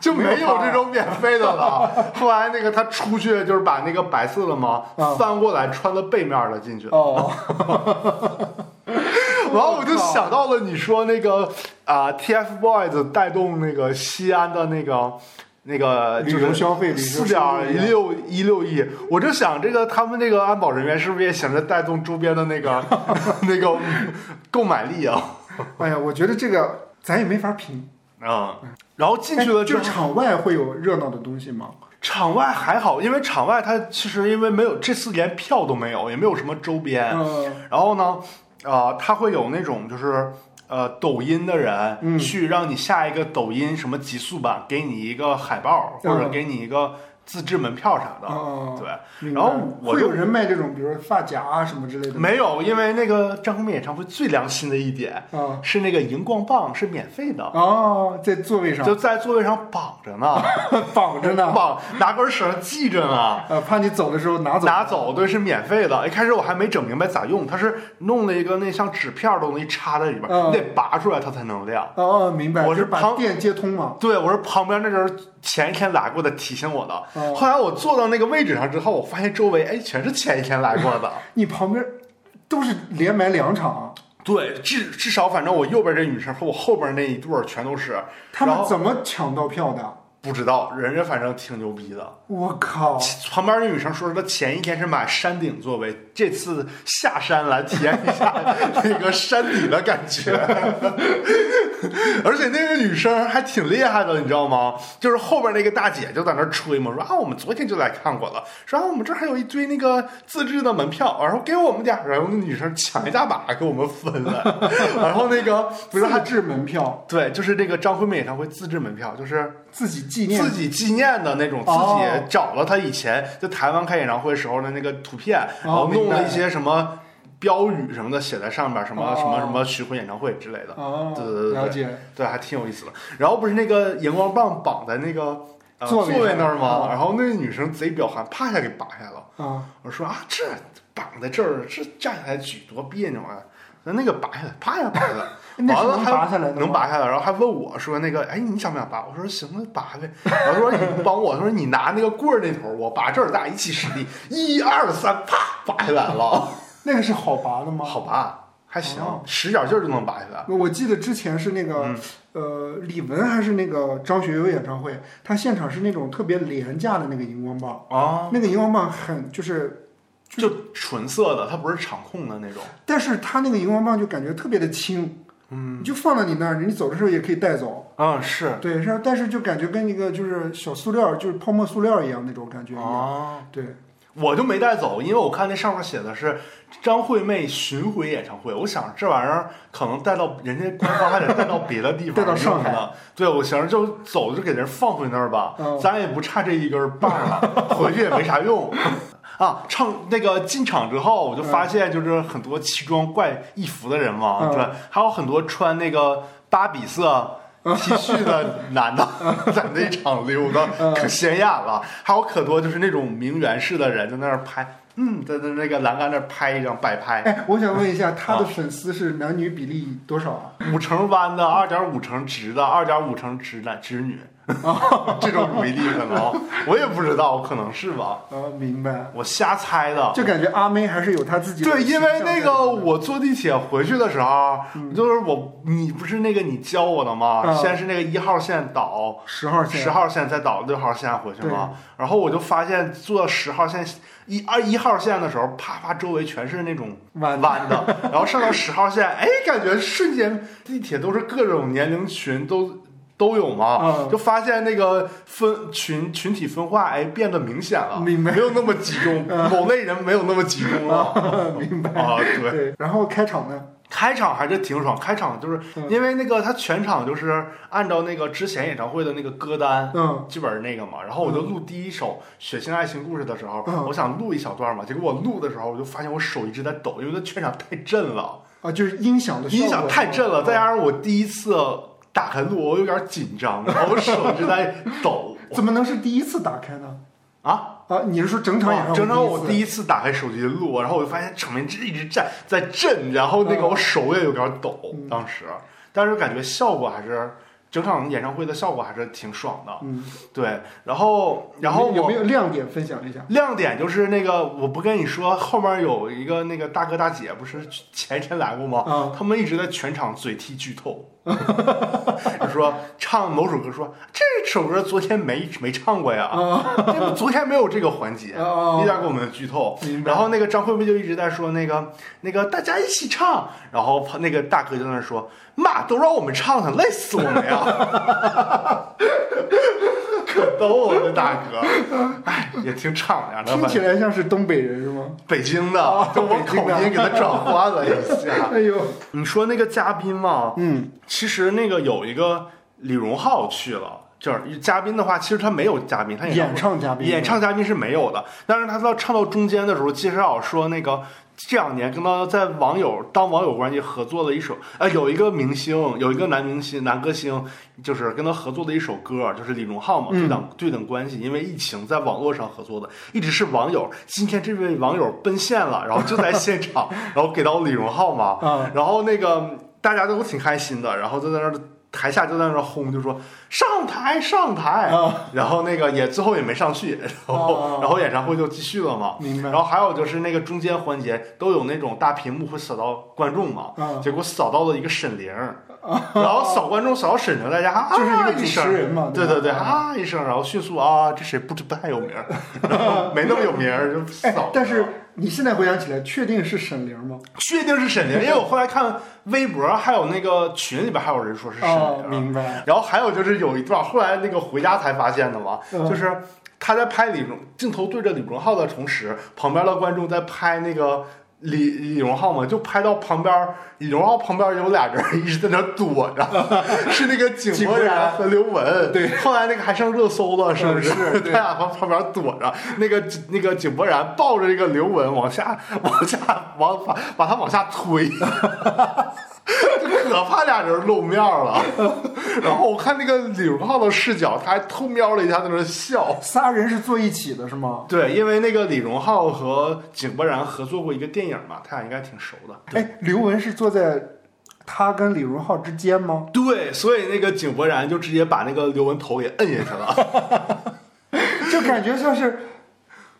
B: 就没有这种免费的了。 后来那个他出去就是把那个白色的嘛
A: 嗯
B: 翻过来穿了背面的进去，
A: 哦，
B: 然后我就想到了你说那个啊 TFBOYS 带动那个西安的那个。那个
A: 旅游消费旅游
B: 四
A: 消
B: 点
A: 费
B: 一六一六亿，我就想这个他们这个安保人员是不是也想着带动周边的 那个 那个购买力啊？
A: 哎呀，我觉得这个咱也没法评。
B: 嗯，然后进去了
A: 哎
B: 之
A: 就
B: 后
A: 是场外会有热闹的东西吗？
B: 场外还好，因为场外它其实因为没有这次连票都没有，也没有什么周边。
A: 嗯，
B: 然后呢，呃，它会有那种就是呃抖音的人、
A: 嗯
B: 去让你下一个抖音什么极速版，给你一个海报
A: 嗯
B: 或者给你一个自制门票啥的。
A: 哦，
B: 对，
A: 明白
B: 然后我
A: 会
B: 就
A: 有人卖这种，比如说发夹啊什么之类的吗。
B: 没有，因为那个张惠妹演唱会最良心的一点
A: 啊
B: 是那个荧光棒是免费的，
A: 哦，在座位上
B: 就在座位上绑着呢，
A: 绑着呢，
B: 绑拿根绳系着呢。
A: 呃，怕你走的时候拿走。
B: 拿走，对，是免费的。一开始我还没整明白咋用，它是弄了一个那像纸片儿的东西插在里边，
A: 嗯
B: 你得拔出来它才能亮。
A: 哦，明白。
B: 我是
A: 就把
B: 旁
A: 电接通嘛。
B: 对，我是旁边那人前一天来过的提醒我的。
A: 哦
B: 后来我坐到那个位置上之后，我发现周围哎全是前一天来过的。
A: 你旁边都是连买两场，
B: 对，至至少反正我右边这女生和我后边那一对儿全都是，
A: 他
B: 然
A: 们
B: 后
A: 怎么抢到票的？
B: 不知道人家反正挺牛逼的。
A: 我靠！
B: 旁边那女生说，她前一天是买山顶座位，这次下山来体验一下那个山底的感觉。而且那个女生还挺厉害的，你知道吗？就是后边那个大姐就在那儿吹嘛，说啊，我们昨天就来看过了，说啊，我们这儿还有一堆那个自制的门票，然后给我们点儿，然后那女生抢一大把给我们分了，然后那个不是
A: 自
B: 还。
A: 制门票，
B: 对，就是那个张惠妹演唱会自制门票，就是
A: 自己纪念
B: 自己纪念的那种，自
A: 哦
B: 己找了他以前在台湾开演唱会时候的那个图片，
A: 哦
B: 然后弄
A: 明白
B: 了一些什么标语什么的写在上面，什么
A: 哦
B: 什么什么巡回演唱会之类的，
A: 哦，
B: 对对对对
A: 了解。
B: 对，还挺有意思的。然后不是那个荧光棒绑在那个。呃、
A: 座
B: 座
A: 位
B: 位那儿
A: 上
B: 吗
A: 哦？
B: 然后那个女生贼彪悍，啪一下给拔下了。
A: 啊，
B: 我说啊，这绑在这儿，这站下来举多别扭啊！那那个拔下来，啪一下拔下来，
A: 那是
B: 完了
A: 能
B: 还
A: 拔下来的吗
B: 能拔下来，然后还问我说那个，哎，你想不想拔？我说行，那拔呗。然后说你帮我，他说你拿那个棍儿那头，我拔这儿，咱俩一起使力，一二三，啪，拔下来 了，
A: 那个是好拔的吗？
B: 好拔，还行
A: 哦，
B: 使点劲儿就能拔下来。
A: 我记得之前是那
B: 嗯
A: 个、呃李玟还是那个张学友演唱会，他现场是那种特别廉价的那个荧光棒，
B: 啊，
A: 那个荧光棒很就是，
B: 就纯色的，它不是场控的那种。
A: 但是他那个荧光棒就感觉特别的轻，
B: 嗯
A: 你就放到你那儿，你走的时候也可以带走。
B: 嗯，是
A: 对，然后但是就感觉跟一个就是小塑料，就是泡沫塑料一样那种感觉一样。
B: 啊。
A: 对，
B: 我就没带走，因为我看那上面写的是张惠妹巡回演唱会，我想这玩意儿可能带到人家官方还得带到别的地 方，
A: 带到上海
B: 呢。对，我想着就走就给人放回那儿吧，
A: 嗯
B: 咱也不差这一根棒了， 回去也没啥用。啊，唱那个进场之后，我就发现就是很多奇装怪异服的人嘛，
A: 嗯
B: 对，还有很多穿那个芭比色 T 恤的 男的在那场溜达，
A: 嗯
B: 可显眼了。还有可多就是那种名媛式的人在那儿拍，嗯，在在那个栏杆那儿拍一张摆拍，
A: 哎，我想问一下，他的粉丝是男女比例多少啊？
B: 五成弯的，二点五成直的，二点五成直男直女，这种努力可能我也不知道，可能是吧，
A: 啊，明白。
B: 我瞎猜的。
A: 就感觉阿妹还是有她自己的
B: 对，因为
A: 形象在
B: 那个
A: 里面
B: 我坐地铁回去的时候，就是我你不是那个你教我的吗？
A: 嗯
B: 先是那个一号线倒，
A: 十号线，
B: 十号线再倒六号线回去吗？然后我就发现坐十号线一二一号线的时候，啪啪周围全是那种
A: 弯
B: 弯的，然后上到十号线，哎，感觉瞬间地铁都是各种年龄群都。都有嘛，
A: 嗯
B: 就发现那个分群群体分化，哎，变得明显了，
A: 明白嗯
B: 没有那么集中，某类人没有那么集中了，明白啊？对，
A: 对，然后开场呢，
B: 开场还是挺爽，开场就是
A: 嗯
B: 因为那个他全场就是按照那个之前演唱会的那个歌单，
A: 嗯，
B: 剧本那个嘛，然后我就录第一首《血腥爱情故事》的时候，
A: 嗯
B: 我想录一小段嘛，结果我录的时候，我就发现我手一直在抖，因为那全场太震了，
A: 啊，嗯就是音响的效果哦
B: 音响太震了，再加上我第一次打开录，我有点紧张，然后我手一直在 抖
A: 怎么能是第一次打开呢？
B: 啊。
A: 啊，你是说整场演唱会？
B: 哦整场我第
A: 一
B: 一次打开手机录，然后我就发现场面一直在在震，然后那个
A: 嗯
B: 我手也有点抖，
A: 嗯
B: 当时，但是感觉效果还是整场演唱会的效果还是挺爽的
A: 次，，嗯，
B: 对。然后，然后
A: 有
B: 我
A: 没有亮点分享一下？
B: 亮点就是那个，我不跟你说，后面有一个那个大哥大姐不是前天来过吗？
A: 啊，
B: 他们一直在全场嘴踢剧透， 就说唱某首歌说这首歌昨天没没唱过
A: 啊
B: 呀， 这不昨天没有这个环节，
A: 哦
B: 一点给我们剧透。
A: 明白
B: 然后那个张惠妹就一直在说那个那个大家一起唱，然后那个大哥就在那说妈都让我们唱唱，累死我们呀！ 可逗了，这大哥，哎，也挺敞亮 的，
A: 听
B: 反
A: 起
B: 正
A: 来像是东北人是吗？
B: 北京的，就 我
A: 北京的
B: 口音给他转换了一 下。
A: 哎呦，
B: 你说那个嘉宾嘛，
A: 嗯，
B: 其实那个有一个李荣浩去了，就是嘉宾的话，其实他没有嘉宾，他也
A: 演唱嘉宾，
B: 演唱嘉宾是没有的。但是他到唱到中间的时候，介绍说那个这两年跟他在网友当网友关系合作的一首，呃，有一个明星，有一个男明星、男歌星，就是跟他合作的一首歌，就是李荣浩嘛，
A: 嗯
B: 对等对等关系，因为疫情在网络上合作的，一直是网友。今天这位网友奔现了，然后就在现场，然后给到李荣浩嘛，
A: 啊，
B: 然后那个大家都挺开心的，然后就在那儿台下就在那儿轰，就说上台上台，
A: 啊
B: 然后那个也最后也没上去，然后、
A: 哦
B: 然后演唱会就继续了嘛。
A: 明白
B: 然后还有就是那个中间环节都有那种大屏幕会扫到观众嘛，
A: 啊，
B: 结果扫到了一个沈凌， 然后扫观众扫到沈凌，大家啊
A: 就是一个主
B: 声
A: 持人嘛对
B: 对
A: 吧嗯
B: 对对啊一声，然后迅速啊这谁不知不太有名 儿，然后没那么有名儿就扫
A: 哎，。但
B: 然
A: 是
B: 后
A: 你现在回想起来，确定是沈凌吗？
B: 确定是沈凌，因为我后来看微博，还有那个群里边还有人说是沈
A: 哦，
B: 凌。
A: 明白，
B: 然后还有就是有一段，后来那个回家才发现的嘛，
A: 嗯
B: 就是他在拍李荣，镜头对着李荣浩的同时，旁边的观众在拍那个。李李荣浩嘛，就拍到旁边，李荣浩旁边有俩人一直在那躲着， 是那个井柏然和刘雯。
A: 对，
B: 后来那个还上热搜了，是不是？
A: 嗯是对
B: 他俩旁旁边躲着，那个那个井柏然抱着这个刘雯往下往下往把把他往下推， 可怕俩人露面了。 然后我看那个李荣浩的视角，他还偷瞄了一下，在那笑。
A: 仨人是坐一起的是吗？
B: 对，因为那个李荣浩和井柏然合作过一个电影嘛，他俩应该挺熟的。
A: 哎，刘雯是坐在他跟李荣浩之间吗？
B: 对，所以那个井柏然就直接把那个刘雯头给摁下去了。
A: 就感觉像是，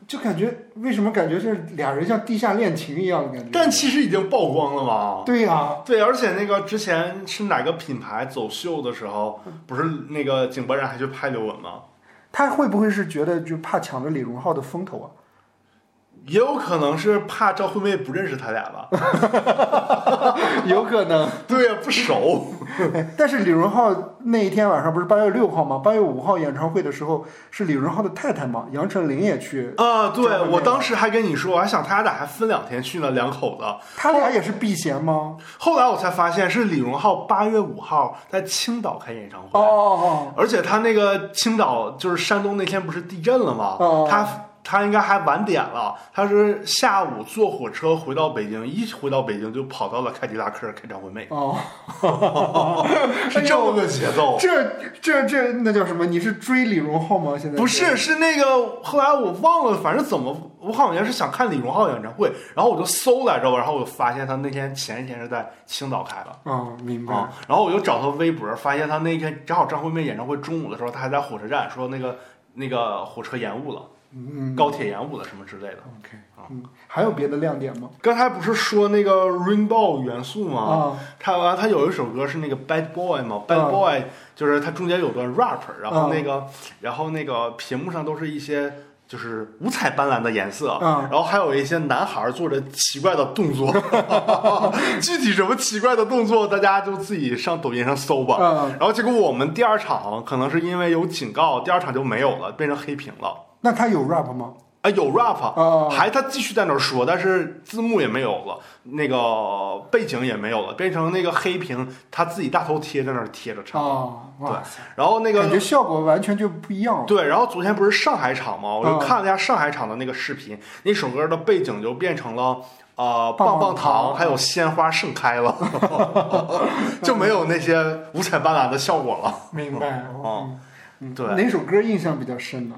A: 就感觉为什么感觉就是俩人像地下恋情一样的感觉？
B: 但其实已经曝光了嘛。
A: 对呀、
B: 对，而且那个之前是哪个品牌走秀的时候，不是那个井柏然还去拍刘雯吗？
A: 他会不会是觉得就怕抢了李荣浩的风头啊？
B: 也有可能是怕赵惠妹不认识他俩吧？
A: 有可能。
B: 对呀、不熟。
A: 但是李荣浩那一天晚上不是八月六号吗？八月五号演唱会的时候是李荣浩的太太嘛，杨丞琳也去，
B: 啊，
A: 这
B: 对
A: 方面
B: 我当时还跟你说，我还想他俩还分两天去呢，两口子。
A: 他俩也是避嫌吗？
B: 后来我才发现是李荣浩八月五号在青岛开演唱会，
A: 哦哦
B: 而且他那个青岛就是山东那天不是地震了吗？
A: 哦
B: 他他应该还晚点了，他是下午坐火车回到北京，一回到北京就跑到了凯迪拉克开张惠妹，
A: 哦， 哎
B: 是这么个节奏。
A: 这这这那叫什么？你是追李荣浩吗？现在
B: 不是，是那个后来我忘了，反正怎么，我好像是想看李荣浩演唱会，然后我就搜来着，然后我就发现他那天前一天是在青岛开的。
A: 啊，明白。
B: 啊，然后我就找他微博，发现他那天正好张惠妹演唱会中午的时候，他还在火车站，说那个那个火车延误了，
A: 嗯
B: 高铁延误了什么之类的。
A: ，OK，
B: 啊
A: 嗯，还有别的亮点吗？
B: 刚才不是说那个 Rainbow 元素吗？
A: 啊，
B: 他完他有一首歌是那个 Bad Boy 嘛，Bad
A: 啊
B: Boy 就是他中间有段 rap，然
A: 啊
B: 后那个然后那个屏幕上都是一些。就是五彩斑斓的颜色，
A: 啊
B: 然后还有一些男孩做着奇怪的动作， 具体什么奇怪的动作，大家就自己上抖音上搜吧。
A: 啊，
B: 然后结果我们第二场可能是因为有警告，第二场就没有了，变成黑屏了。
A: 那他有 rap 吗？
B: 啊，有 rap，
A: 啊，
B: 还他继续在那儿说，但是字幕也没有了，那个背景也没有了，变成那个黑屏，他自己大头贴在那儿贴着唱。
A: 啊，哇，
B: 然后那
A: 感觉
B: 个
A: 效果完全就不一样了。
B: 对，然后昨天不是上海场嘛，我就
A: 啊
B: 看了一下上海场的那个视频，那首歌的背景就变成了。呃，
A: 棒
B: 棒
A: 棒
B: 棒
A: 糖
B: 糖还有鲜花盛开了， 就没有那些五彩斑斓的效果了。
A: 明白。
B: 哦
A: 嗯，
B: 对
A: 哪首歌印象比较深呢？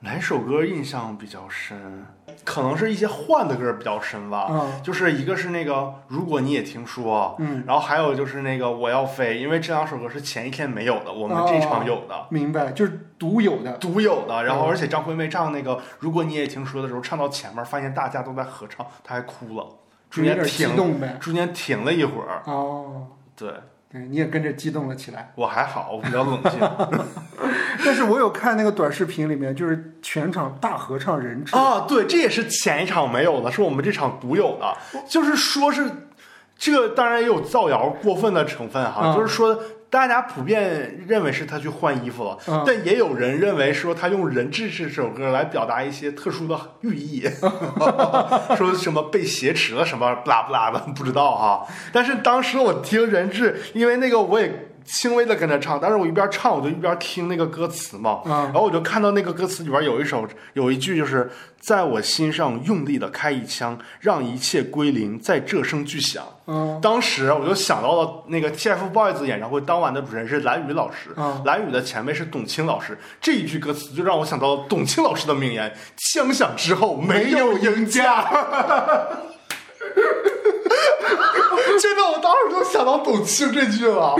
B: 哪首歌印象比较深？可能是一些换的歌比较深吧。
A: 啊，
B: 就是一个是那个，如果你也听说，
A: 嗯，
B: 然后还有就是那个我要飞，因为这两首歌是前一天没有的，我们这一场有的，
A: 明白，就是独有的。
B: 独有的。然后
A: 哦嗯
B: 而且张惠妹唱那个如果你也听说的时候，唱到前面发现大家都在合唱，她还哭了，
A: 就
B: 中
A: 有
B: 间
A: 点激
B: 停，
A: 动呗。
B: 中间停了一会儿。
A: 哦，
B: 对
A: 对，你也跟着激动了起来。
B: 我还好，我比较冷静
A: 但是我有看那个短视频里面，就是全场大合唱人质。
B: 啊。对，这也是前一场没有的，是我们这场独有的，就是说是。这个当然也有造谣过分的成分哈，
A: 嗯
B: 就是说大家普遍认为是他去换衣服了，
A: 嗯
B: 但也有人认为说他用“人质”这首歌来表达一些特殊的寓意， 说什么被挟持了什么不拉不拉的，不知道哈。但是当时我听“人质”，因为那个我也轻微的跟着唱，但是我一边唱我就一边听那个歌词嘛，
A: 嗯
B: 然后我就看到那个歌词里边有一首有一句就是在我心上用力的开一枪，让一切归零，在这声巨响。
A: 嗯
B: 当时我就想到了那个 TFBOYS 演唱会当晚的主持人是蓝宇老师，
A: 嗯
B: 蓝宇的前辈是董卿老师，这一句歌词就让我想到了董卿老师的名言：“枪响之后没有赢家。” 真的，我当时就想到董卿这句了，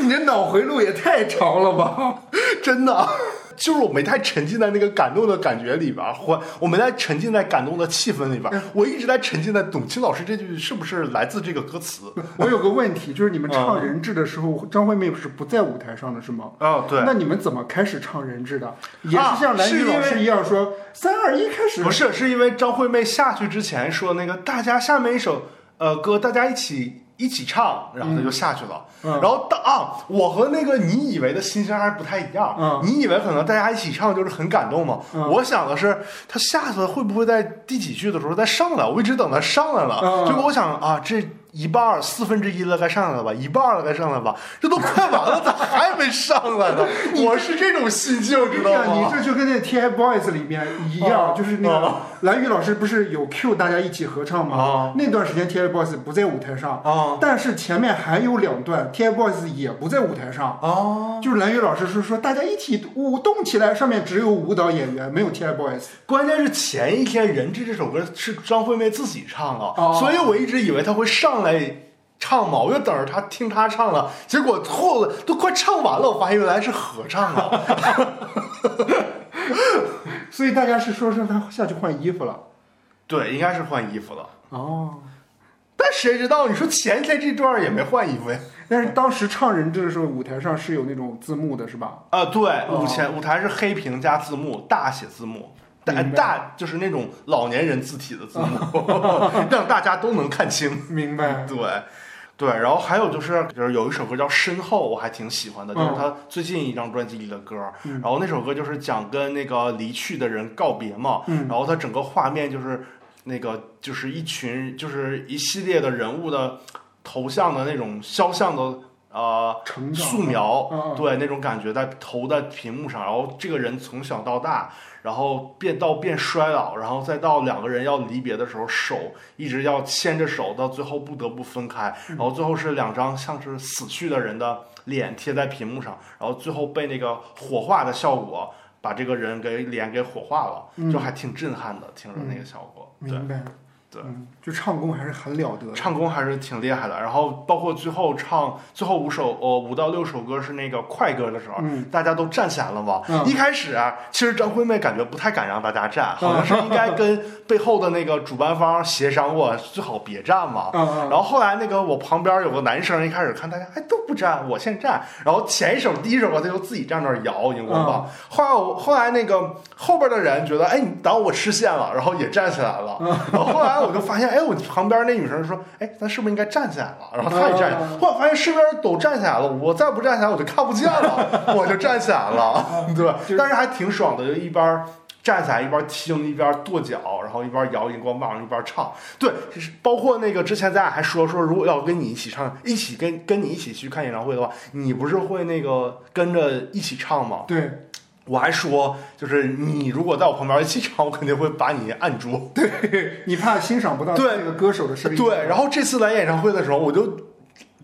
A: 你这脑回路也太长了吧？
B: 真的。 就是我没太沉浸在那个感动的感觉里边儿，或我没太沉浸在感动的气氛里边儿，我一直在沉浸在董卿老师这句是不是来自这个歌词？
A: 我有个问题，就是你们唱
B: 嗯
A: 人质的时候，张惠妹不是不在舞台上的是吗？
B: 哦，对
A: 那你们怎么开始唱人质的？也是
B: 啊
A: 像蓝
B: 是
A: 宇
B: 因
A: 老
B: 为
A: 师一样说三二一开始。
B: 不是，是因为张惠妹下去之前说那个大家下面一首呃歌，大家一起一起唱，然后她就下去了。
A: 嗯
B: 然后当啊，我和那个你以为的心声还不太一样。
A: 嗯
B: 你以为可能大家一起唱就是很感动嘛？
A: 嗯
B: 我想的是，她下去了会不会在第几句的时候再上来？我一直等她上来了，
A: 嗯
B: 结果我想啊，这一半儿四分之一了，该上来了吧？一半儿了，该上来吧？这都快完了，咋还没上来呢？ 我是这种心境，知道吗？
A: 你这就跟那 TFBOYS 里面一样，
B: 啊
A: 就是那个
B: 啊
A: 蓝宇老师不是有 Q 大家一起合唱吗
B: 啊？
A: 那段时间 TFBOYS 不在舞台上，
B: 啊
A: 但是前面还有两段 TFBOYS 也不在舞台上，
B: 啊！
A: 就是蓝宇老师是说大家一起舞动起来，上面只有舞蹈演员，没有 TFBOYS。
B: 关键是前一天《人质》这首歌是张惠妹自己唱的，
A: 哦
B: 所以我一直以为她会上来唱嘛，我就等着她听她唱了。结果错了，都快唱完了，我发现原来是合唱 啊！
A: 所以大家是说让他下去换衣服了。
B: 对，应该是换衣服了。
A: 哦，
B: 但谁知道？你说前天这段也没换衣服呀？
A: 但是当时唱人质的时候，舞台上是有那种字幕的，是吧？
B: 啊、对，
A: 哦
B: 舞前舞台是黑屏加字幕，大写字幕，大
A: 明白
B: 大就是那种老年人字体的字 幕，让大家都能看清。
A: 明白。
B: 对，对，然后还有就是，就是有一首歌叫《身后》，我还挺喜欢的，就是
A: 嗯
B: 他最近一张专辑里的歌。
A: 嗯
B: 然后那首歌就是讲跟那个离去的人告别嘛，
A: 嗯
B: 然后它整个画面就是那个就是一群就是一系列的人物的头像的那种肖像的。呃
A: 成长
B: 素描，
A: 嗯嗯
B: 对那种感觉在投在屏幕上，然后这个人从小到大，然后变到变衰老，然后再到两个人要离别的时候，手一直要牵着手，到最后不得不分开，
A: 嗯
B: 然后最后是两张像是死去的人的脸贴在屏幕上，然后最后被那个火化的效果把这个人给脸给火化了，就还挺震撼的，听着那个效果，对。
A: 嗯明白。
B: 对
A: 嗯，就唱功还是很了得的。
B: 唱功还是挺厉害的，然后包括最后唱最后五首，呃，五到六首歌是那个快歌的时候，
A: 嗯
B: 大家都站起来了嘛。
A: 嗯
B: 一开始啊，其实张惠妹感觉不太敢让大家站，好像是应该跟背后的那个主办方协商过，最好别站嘛。
A: 嗯嗯
B: 然后后来那个我旁边有个男生，一开始看大家哎都不站，我先站。然后前一首第一首歌他就自己站那儿摇荧光
A: 嗯
B: 棒。后来我后来那个后边的人觉得哎你挡我视线了，然后也站起来了。
A: 嗯
B: 然后后来我就发现哎我旁边那女生说哎咱是不是应该站起来了？然后她也站起来
A: 嗯嗯嗯。
B: 后来发现身边都站起来了，我再不站起来我就看不见了， 我就站起来了。
A: 嗯就是
B: 对，但是还挺爽的，就一边。站起来一边听一边跺脚，然后一边摇荧光棒一边唱，对，是包括那个之前咱俩还说说，如果要跟你一起唱，一起跟跟你一起去看演唱会的话，你不是会那个跟着一起唱吗？
A: 对，
B: 我还说，就是你如果在我旁边一起唱，我肯定会把你按住。
A: 你怕欣赏不到
B: 对
A: 这个歌手的声音。
B: 对，然后这次来演唱会的时候，我就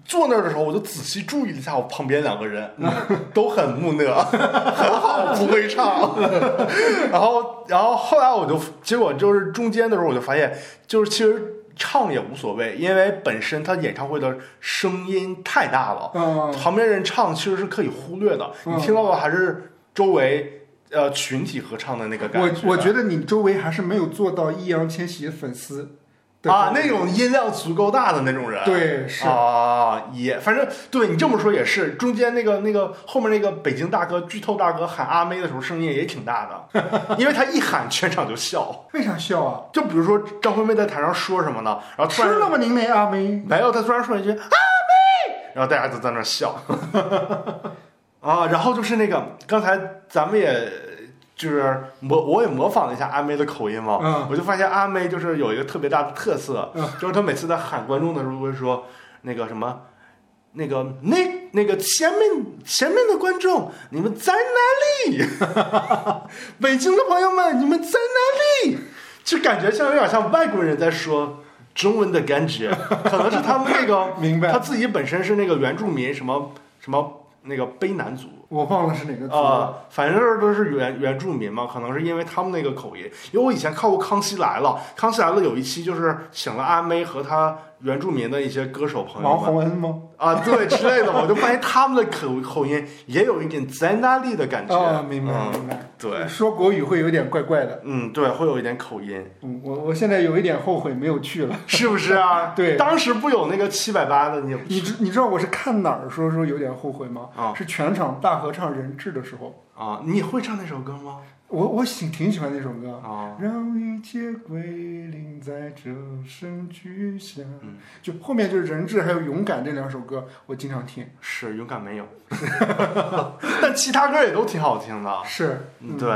B: 坐那儿的时候，我就仔细注意了一下我旁边两个人， 都很木讷，很好，不会唱。然后，然后后来我就，结果就是中间的时候，我就发现，就是其实。唱也无所谓，因为本身他演唱会的声音太大了，
A: 嗯，
B: 旁边人唱其实是可以忽略的，
A: 嗯
B: 你听到的还是周围呃群体合唱的那个感
A: 我我
B: 觉
A: 觉得你周围还是没有做到易烊千玺粉丝的
B: 啊，那种音量足够大的那种人，
A: 对是
B: 啊，也反正对你这么说也是，中间那个那个后面那个北京大哥剧透大哥喊阿妹的时候声音也挺大的，因为他一喊全场就笑，
A: 为啥笑啊？
B: 就比如说张惠妹在台上说什么呢，然啊后突
A: 吃
B: 然
A: 了吗？您那啊阿梅？
B: 没有，他突然说一句“阿妹”，然后大家就在那儿笑。啊，然后就是那个刚才咱们也就是模我也模仿了一下阿妹的口音嘛，
A: 嗯
B: 我就发现阿妹就是有一个特别大的特色，
A: 嗯
B: 就是她每次在喊观众的时候会说那个什么。那个那那个前面前面的观众，你们在哪里？ 北京的朋友们，你们在哪里？就感觉像有点像外国人在说中文的感觉，可能是他们那个
A: 明白
B: 他自己本身是那个原住民，什么什么那个卑南族。
A: 我忘了是哪个族了。
B: 啊，反正都是原原住民嘛，可能是因为他们那个口音。因为我以前看过《康熙来了》，《康熙来了》有一期就是请了阿妹和她原住民的一些歌手朋友
A: 王
B: 们
A: 洪恩吗？
B: 啊，对之类的嘛，我就发现他们的口口音也有一点在那里的感觉。
A: 啊，明白
B: 嗯
A: 明白。
B: 对，
A: 说国语会有点怪怪的。
B: 嗯，对，会有一点口音。
A: 嗯，我我现在有一点后悔没有去了。？
B: 是不是 啊
A: 对
B: 当时不有那个七百八的你也不
A: 你知你知道我是看哪儿说说有点后悔吗？
B: 啊
A: 是全场大合唱《人质》的时候，
B: 啊？你会唱那首歌吗？
A: 我我挺挺喜欢那首歌。
B: 啊，
A: 让一切归零，在这声巨响。
B: 嗯
A: 就后面就是《人质》还有《勇敢》这两首歌，我经常听。
B: 是勇敢没有， 但其他歌也都挺好听的。
A: 是，
B: 嗯，
A: 嗯，
B: 对，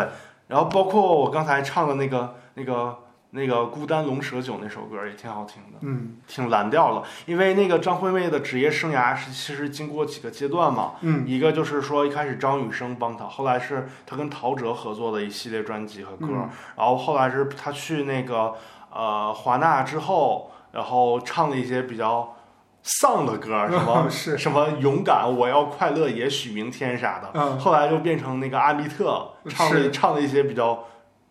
B: 然后包括我刚才唱的那个那个那个《孤单龙蛇酒》那首歌也挺好听的，
A: 嗯
B: 挺蓝调了。因为那个张惠妹的职业生涯是其实经过几个阶段嘛，
A: 嗯
B: 一个就是说一开始张雨生帮他，后来是他跟陶喆合作的一系列专辑和歌，
A: 嗯
B: 然后后来是他去那个呃华纳之后，然后唱了一些比较丧的歌，什么
A: 是
B: 什么勇敢，我要快乐，也许明天啥的，
A: 嗯
B: 后来就变成那个阿密特唱了
A: 是
B: 唱了一些比较。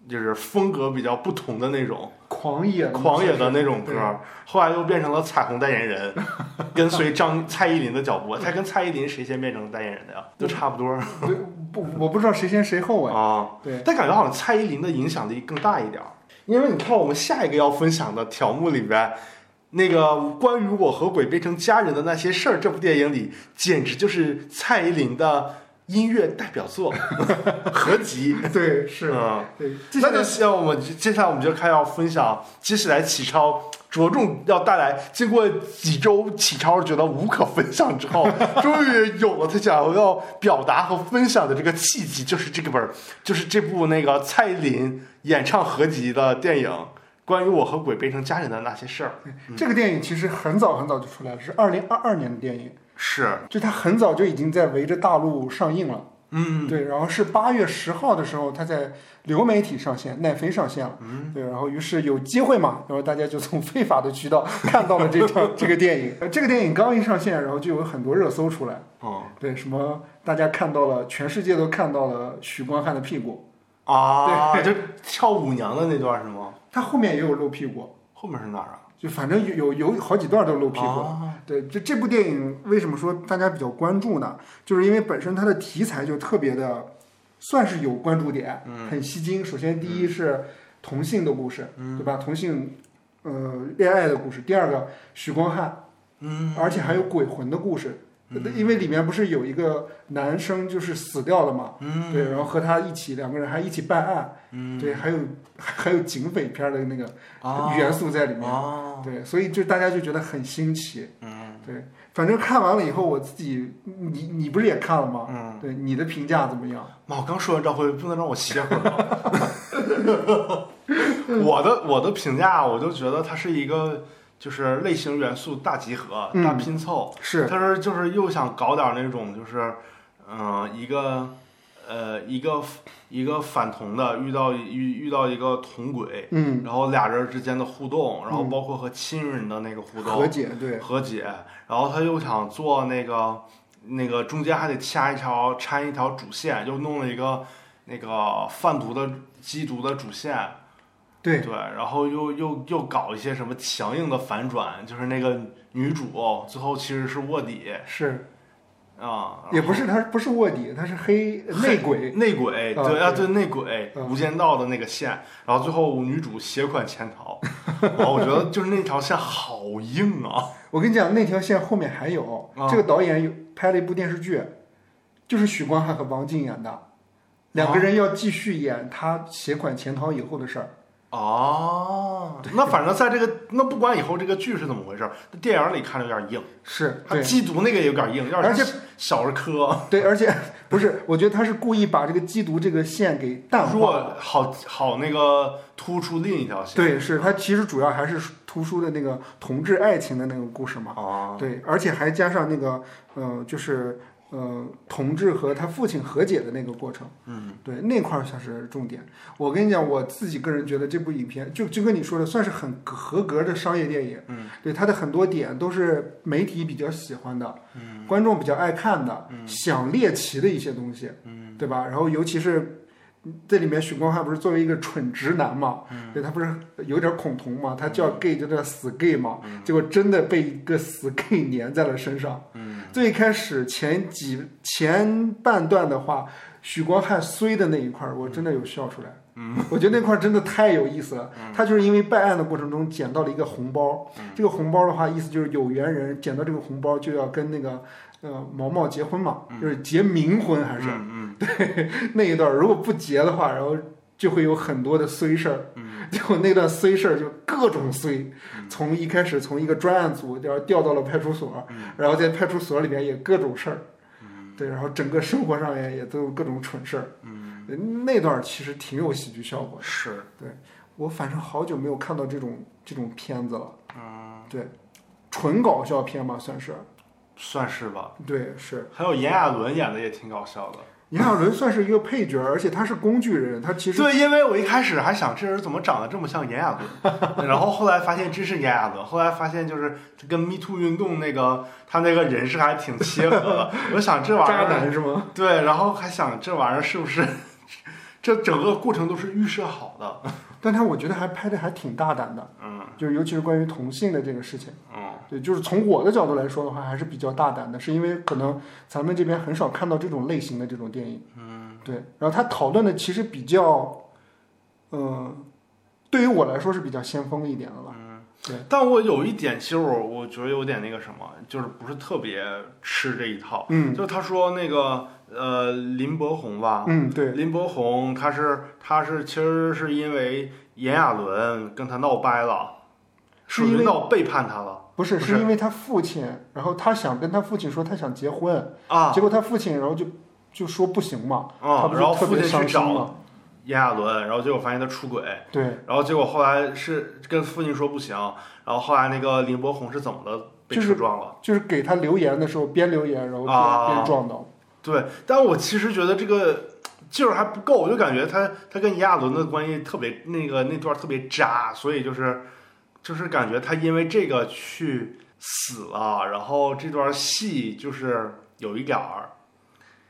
B: 就是风格比较不同的那 种
A: 狂野嘛
B: 狂野
A: 算
B: 的
A: 是
B: 那种歌
A: 对，
B: 后来又变成了彩虹代言 人，跟随张蔡依林的脚步。他跟蔡依林谁先变成代言人的呀？都差不多啊、
A: 对，不，我不知道谁先谁后哎。对，
B: 但感觉好像蔡依林的影响力更大一点儿，因为你看我们下一个要分享的条目里边，那个关于我和鬼变成家人的那些事儿，这部电影里简直就是蔡依林的音乐代表作 合集。
A: 对是，
B: 嗯，
A: 对，这
B: 那就
A: 些
B: 像我们接下来我们就开始要分享，接下来启超着重要带来，经过几周启超觉得无可分享之后，终于有了他想要表达和分享的这个契机，就是这个本儿， 就是这部那个蔡依林演唱合集的电影《关于我和鬼变成家人的那些事儿》。
A: 这个电影其实很早很早就出来了，是二零二二年的电影，
B: 是，
A: 就它很早就已经在围着大陆上映了。
B: 嗯，
A: 对，然后是八月十号的时候，它在流媒体上线，奈飞上线了。
B: 嗯，
A: 对，然后于是有机会嘛，然后大家就从非法的渠道 看到了这场这个电影。呃这个电影刚一上线，然后就有很多热搜出来。
B: 哦
A: 对，什么大家看到了，全世界都看到了许光汉的屁股，
B: 啊，就跳舞娘的那段是吗？
A: 他后面也有露屁股，
B: 后面是哪儿啊？
A: 就反正有有有好几段都露屁股。
B: 啊
A: 对，这这部电影为什么说大家比较关注呢？就是因为本身它的题材就特别的，算是有关注点，
B: 嗯
A: 很吸睛。首先，第一是同性的故事，
B: 嗯
A: 对吧？同性，呃，恋爱的故事。第二个，许光汉，
B: 嗯，
A: 而且还有鬼魂的故事，因为里面不是有一个男生就是死掉了嘛，
B: 嗯，
A: 对，然后和他一起两个人还一起办案，
B: 嗯，
A: 对，还有还有警匪片的那个
B: 啊
A: 元素在里面。
B: 啊，
A: 对，所以就大家就觉得很新奇。
B: 嗯
A: 对，反正看完了以后，我自己，你你不是也看了吗？
B: 嗯，
A: 对，你的评价怎么样？
B: 妈，我刚说完赵辉，不能让我歇会儿吗？ 我的我的评价，我就觉得它是一个就是类型元素大集合、
A: 嗯
B: 大拼凑，
A: 是，
B: 他是就是又想搞点那种就是，嗯、一个呃一个一个反同的遇到遇遇到一个同轨，
A: 嗯，
B: 然后俩人之间的互动，然后
A: 嗯
B: 包括和亲人的那个互动
A: 和解，对，
B: 和解，然后他又想做那个那个中间还得掐一条掺一条主线，又弄了一个那个贩毒的缉毒的主线，
A: 对，
B: 然后又又又搞一些什么强硬的反转，就是那个女主最后其实是卧底
A: 是，
B: 啊，
A: 也不是他不是卧底，他是黑 内鬼，
B: 内鬼，
A: 啊
B: 对啊，
A: 对
B: 对内鬼，
A: 嗯
B: 《无间道》的那个线，然后最后女主携款潜 逃，然后我觉得就是那条线好硬啊，
A: 我跟你讲，那条线后面还有，
B: 啊
A: 这个导演有拍了一部电视剧，就是许光汉和王静演的，两个人要继续演他携款潜逃以后的事儿。
B: 哦，那反正在这个那不管以后这个剧是怎么回事，电影里看着有点硬，
A: 是，
B: 他
A: 对，
B: 缉毒那个也有点硬，有点
A: 而且
B: 小儿科，
A: 对，而且不是，我觉得他是故意把这个缉毒这个线给淡化了。
B: 弱好好那个突出另一条线，
A: 对，是它其实主要还是突出的那个同志爱情的那个故事嘛。
B: 啊，
A: 对，而且还加上那个呃，就是呃，同志和他父亲和解的那个过程。
B: 嗯，
A: 对，那块儿才是重点。我跟你讲，我自己个人觉得这部影片就就跟你说的，算是很合格的商业电影。
B: 嗯，
A: 对，它的很多点都是媒体比较喜欢的，嗯，观众比较爱看的，嗯，想猎奇的一些东西，嗯，对吧？然后尤其是。这里面许光汉不是作为一个蠢直男嘛，嗯、对他不是有点恐同嘛，他叫 gay 就叫死 gay 嘛，结果真的被一个死 gay 粘在了身上。
B: 嗯，
A: 最开始前几前半段的话，许光汉衰的那一块儿，我真的有笑出来。嗯，我觉得那块儿真的太有意思了。
B: 嗯
A: 他就是因为办案的过程中捡到了一个红包，这个红包的话，意思就是有缘人捡到这个红包就要跟那个呃毛毛结婚嘛，就是结冥婚还是、
B: 嗯
A: 那一段儿，如果不结的话，然后就会有很多的衰事儿。
B: 嗯
A: 结果那段衰事儿就各种衰，从一开始从一个专案组，然后调到了派出
B: 嗯
A: 所，然后在派出所里面也各种事儿，对，然后整个生活上面也都有各种蠢事儿。
B: 嗯
A: 那段儿其实挺有喜剧效果的，
B: 嗯，是，
A: 我反正好久没有看到这种这种片子了，
B: 嗯，
A: 纯搞笑片吧算是，
B: 算是吧。
A: 对，是。
B: 还有炎亚纶演的也挺搞笑的。
A: 炎亚纶算是一个配角，而且他是工具人，他其实
B: 对，因为我一开始还想这人怎么长得这么像炎亚 纶，然后后来发现真是炎亚纶，后来发现就是他跟 Me Too 运动那个他那个人是还挺切合的。我想这玩意
A: 渣
B: 儿，
A: 男是吗？
B: 对，然后还想这玩意儿是不是这整个过程都是预设好的？
A: 但他我觉得还拍的还挺大胆的，
B: 嗯
A: 就是尤其是关于同性的这个事情。
B: 嗯
A: 对，就是从我的角度来说的话，还是比较大胆的，是因为可能咱们这边很少看到这种类型的这种电影。
B: 嗯
A: 对，然后他讨论的其实比较，呃，对于我来说是比较先锋一点的了。
B: 嗯
A: 对。
B: 但我有一点，其实我我觉得有点那个什么，就是不是特别吃这一套。
A: 嗯
B: 就他说那个呃林柏宏吧，
A: 嗯，对，
B: 林柏宏他是他是其实是因为炎亚纶跟他闹掰了，
A: 是
B: 属
A: 因
B: 于
A: 为
B: 闹背叛他了
A: 不是
B: 不
A: 是
B: 是
A: 因为他父亲，然后他想跟他父亲说他想结婚，
B: 啊
A: 结果他父亲然后就就说不行嘛，他
B: 啊！
A: 不是
B: 然后
A: 特
B: 父
A: 别
B: 亲去
A: 伤心
B: 找
A: 嘛。
B: 炎亚纶，然后结果发现他出轨，
A: 对，
B: 然后结果后来是跟父亲说不行，然后后来那个林柏宏是怎么了？被
A: 就是
B: 车撞了。
A: 就是给他留言的时候边留言，然后边、
B: 啊
A: 边撞到。
B: 对，但我其实觉得这个劲儿还不够，我就感觉他他跟炎亚纶的关系特别那个那段儿特别渣，所以就是就是感觉他因为这个去死了，然后这段戏就是有一点儿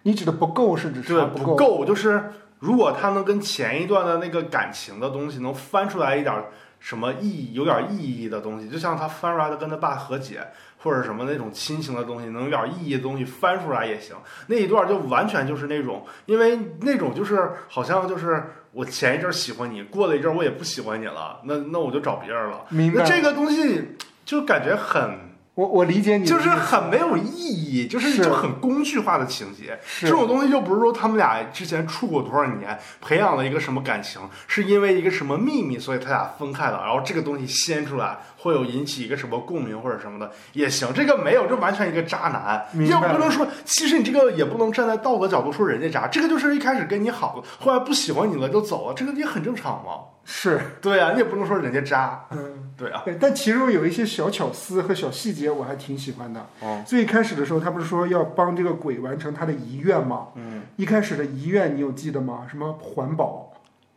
A: 你指的不够是指
B: 对
A: 啥
B: 不
A: 够？
B: 够，就是如果他能跟前一段的那个感情的东西能翻出来一点儿什么意义，有点儿意义的东西，就像他翻出来的跟他爸和解或者什么那种亲情的东西，能有点儿意义的东西翻出来也行。那一段就完全就是那种，因为那种就是好像就是我前一阵儿喜欢你，过了一阵儿我也不喜欢你了，那那我就找别人了。
A: 明
B: 那
A: 白？
B: 这个东西就感觉很。
A: 我我理解你的
B: 就
A: 意
B: 是
A: 思，
B: 很没有意义，就是
A: 是
B: 就很工具化的情节。
A: 是
B: 这种东西就不是说他们俩之前处过多少年，培养了一个什么感情，是因为一个什么秘密，所以他俩分开了。然后这个东西掀出来，会有引起一个什么共鸣或者什么的也行。这个没有，这完全一个渣男。
A: 明
B: 也
A: 白
B: 不能说，其实你这个也不能站在道德角度说人家渣，这个就是一开始跟你好了，后来不喜欢你了就走了，这个也很正常嘛。
A: 是
B: 对啊，你也不能说人家渣。
A: 嗯。
B: 对啊，
A: 对但其中有一些小巧思和小细节，我还挺喜欢的。
B: 哦，
A: 最开始的时候，他不是说要帮这个鬼完成他的遗愿吗？
B: 嗯
A: 一开始的遗愿你有记得吗？什么环保？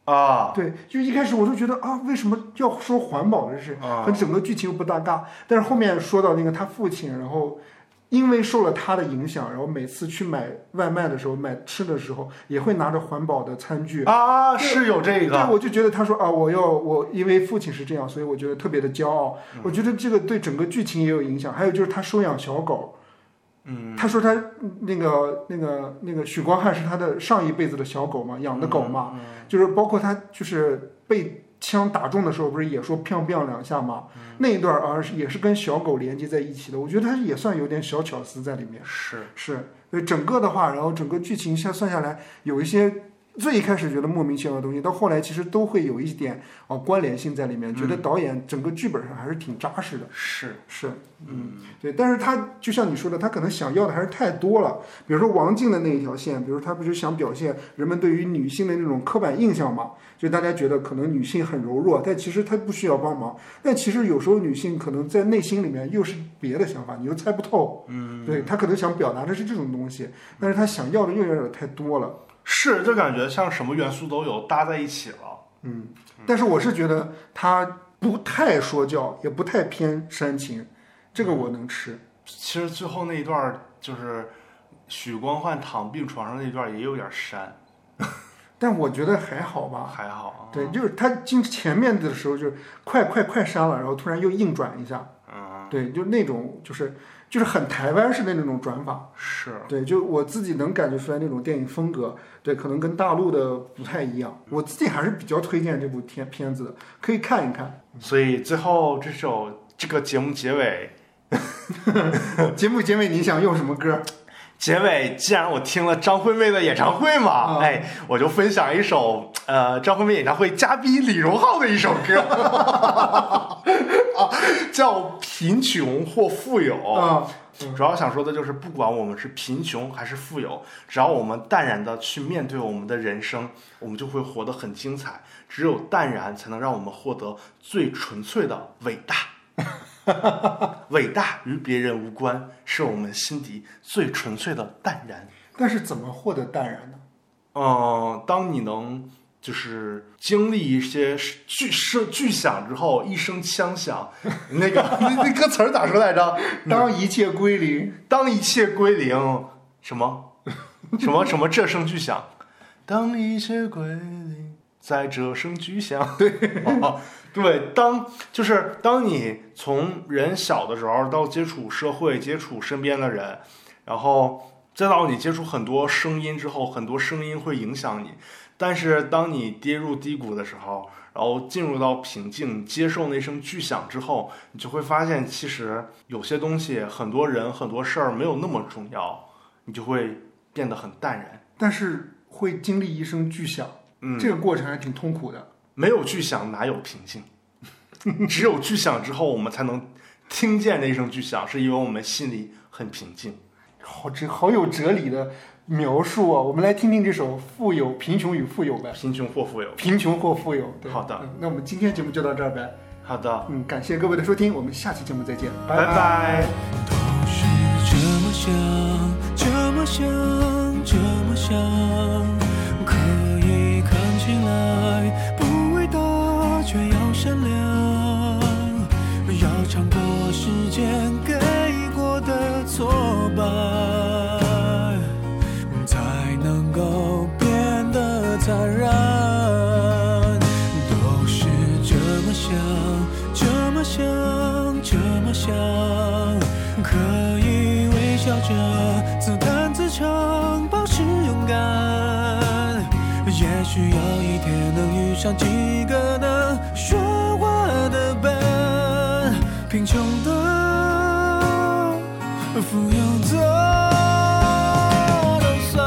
B: 啊
A: 对，就一开始我就觉得啊，为什么要说环保这事？
B: 啊
A: 和整个剧情又不搭嘎。但是后面说到那个他父亲，然后因为受了他的影响，然后每次去买外卖的时候、买吃的时候，也会拿着环保的餐具。
B: 啊，是有这个。
A: 对，我就觉得他说啊，我要我因为父亲是这样，所以我觉得特别的骄傲。我觉得这个对整个剧情也有影响。还有就是他收养小狗，
B: 嗯，
A: 他说他那个那个那个许光汉是他的上一辈子的小狗嘛，养的狗
B: 嗯
A: 嘛，就是包括他就是被枪打中的时候，不是也说“砰砰”两下吗？那一段啊是也是跟小狗连接在一起的，我觉得他也算有点小巧思在里面。
B: 嗯是
A: 是，所以整个的话，然后整个剧情下算下来，有一些最一开始觉得莫名其妙的东西，到后来其实都会有一点啊、呃关联性在里面，觉得导演整个剧本上还是挺扎实的。
B: 是，
A: 是，嗯，对，但是他就像你说的，他可能想要的还是太多了。比如说王静的那一条线，比如他不是想表现人们对于女性的那种刻板印象嘛？就大家觉得可能女性很柔弱，但其实她不需要帮忙。但其实有时候女性可能在内心里面又是别的想法，你又猜不透。嗯，对她可能想表达的是这种东西，但是她想要的又有点太多了。嗯
B: 是，就感觉像什么元素都有搭在一起了。
A: 嗯，但是我是觉得她不太说教，也不太偏煽情，这个我能吃。
B: 其实最后那一段儿就是许光汉躺病床上那一段儿也有点删，
A: 但我觉得还好吧。
B: 还好啊。
A: 对，就是他进前面的时候就是快快快删了，然后突然又硬转一下，
B: 嗯，
A: 对，就那种就是就是很台湾式的那种转法，
B: 是，
A: 对，就我自己能感觉出来那种电影风格，对，可能跟大陆的不太一样，我自己还是比较推荐这部片片子的，可以看一看。
B: 所以最后这首这个节目结尾，
A: 节目结尾你想用什么歌？
B: 结尾既然我听了张惠妹的演唱会嘛，
A: 嗯
B: 哎，我就分享一首呃张惠妹演唱会嘉宾李荣浩的一首歌， 啊叫《贫穷或富有》。
A: 啊、
B: 主要想说的就是，不管我们是贫穷还是富有，只要我们淡然的去面对我们的人生，我们就会活得很精彩。只有淡然，才能让我们获得最纯粹的伟大。伟大与别人无关，是我们心底最纯粹的淡然。
A: 但是怎么获得淡然呢？
B: 嗯，当你能就是经历一些巨声巨响之后，一声枪响，那个那那歌词儿咋说来着？
A: 当一切归零，
B: 当一切归零，什么什么什么这声巨响，当一切归零，在这声巨响，对、对，当就是当你从人小的时候到接触社会、接触身边的人，然后再到你接触很多声音之后，很多声音会影响你。但是当你跌入低谷的时候，然后进入到平静，接受那声巨响之后，你就会发现，其实有些东西、很多人、很多事儿没有那么重要，你就会变得很淡然。
A: 但是会经历一声巨响，
B: 嗯，
A: 这个过程还挺痛苦的。
B: 没有巨响哪有平静？只有巨响之后，我们才能听见那声巨响，是因为我们心里很平静。
A: 好哲，好有哲理的描述啊！我们来听听这首《富有、贫穷与富有》呗，
B: 贫穷或富有。
A: 贫穷或富有。对
B: 好的
A: 嗯那我们今天节目就到这儿呗。
B: 好的，
A: 嗯，感谢各位的收听，我们下期节目再见，
B: 拜
A: 拜
B: 拜
C: 都是这么想，这么想，这么想，可以看起来不伟大，却要善良，要尝过时间给过的挫败，才能够变得坦然。都是这么想，这么想，这么想，可以微笑着自弹自唱，保持勇敢。也许有一天能遇上几个能说话的伴，贫穷的，富有的，都算。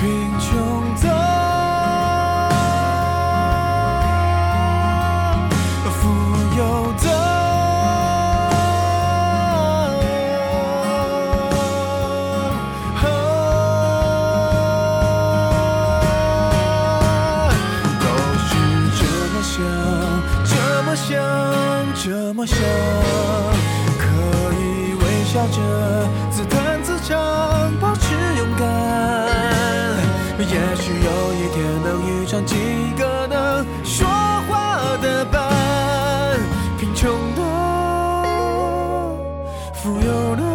C: 贫穷的，富有的，都是这么想，这么想，这么想，可以微笑着自弹自唱，保持勇敢。也许有一天能遇上几个能说话的伴，贫穷的，富有的。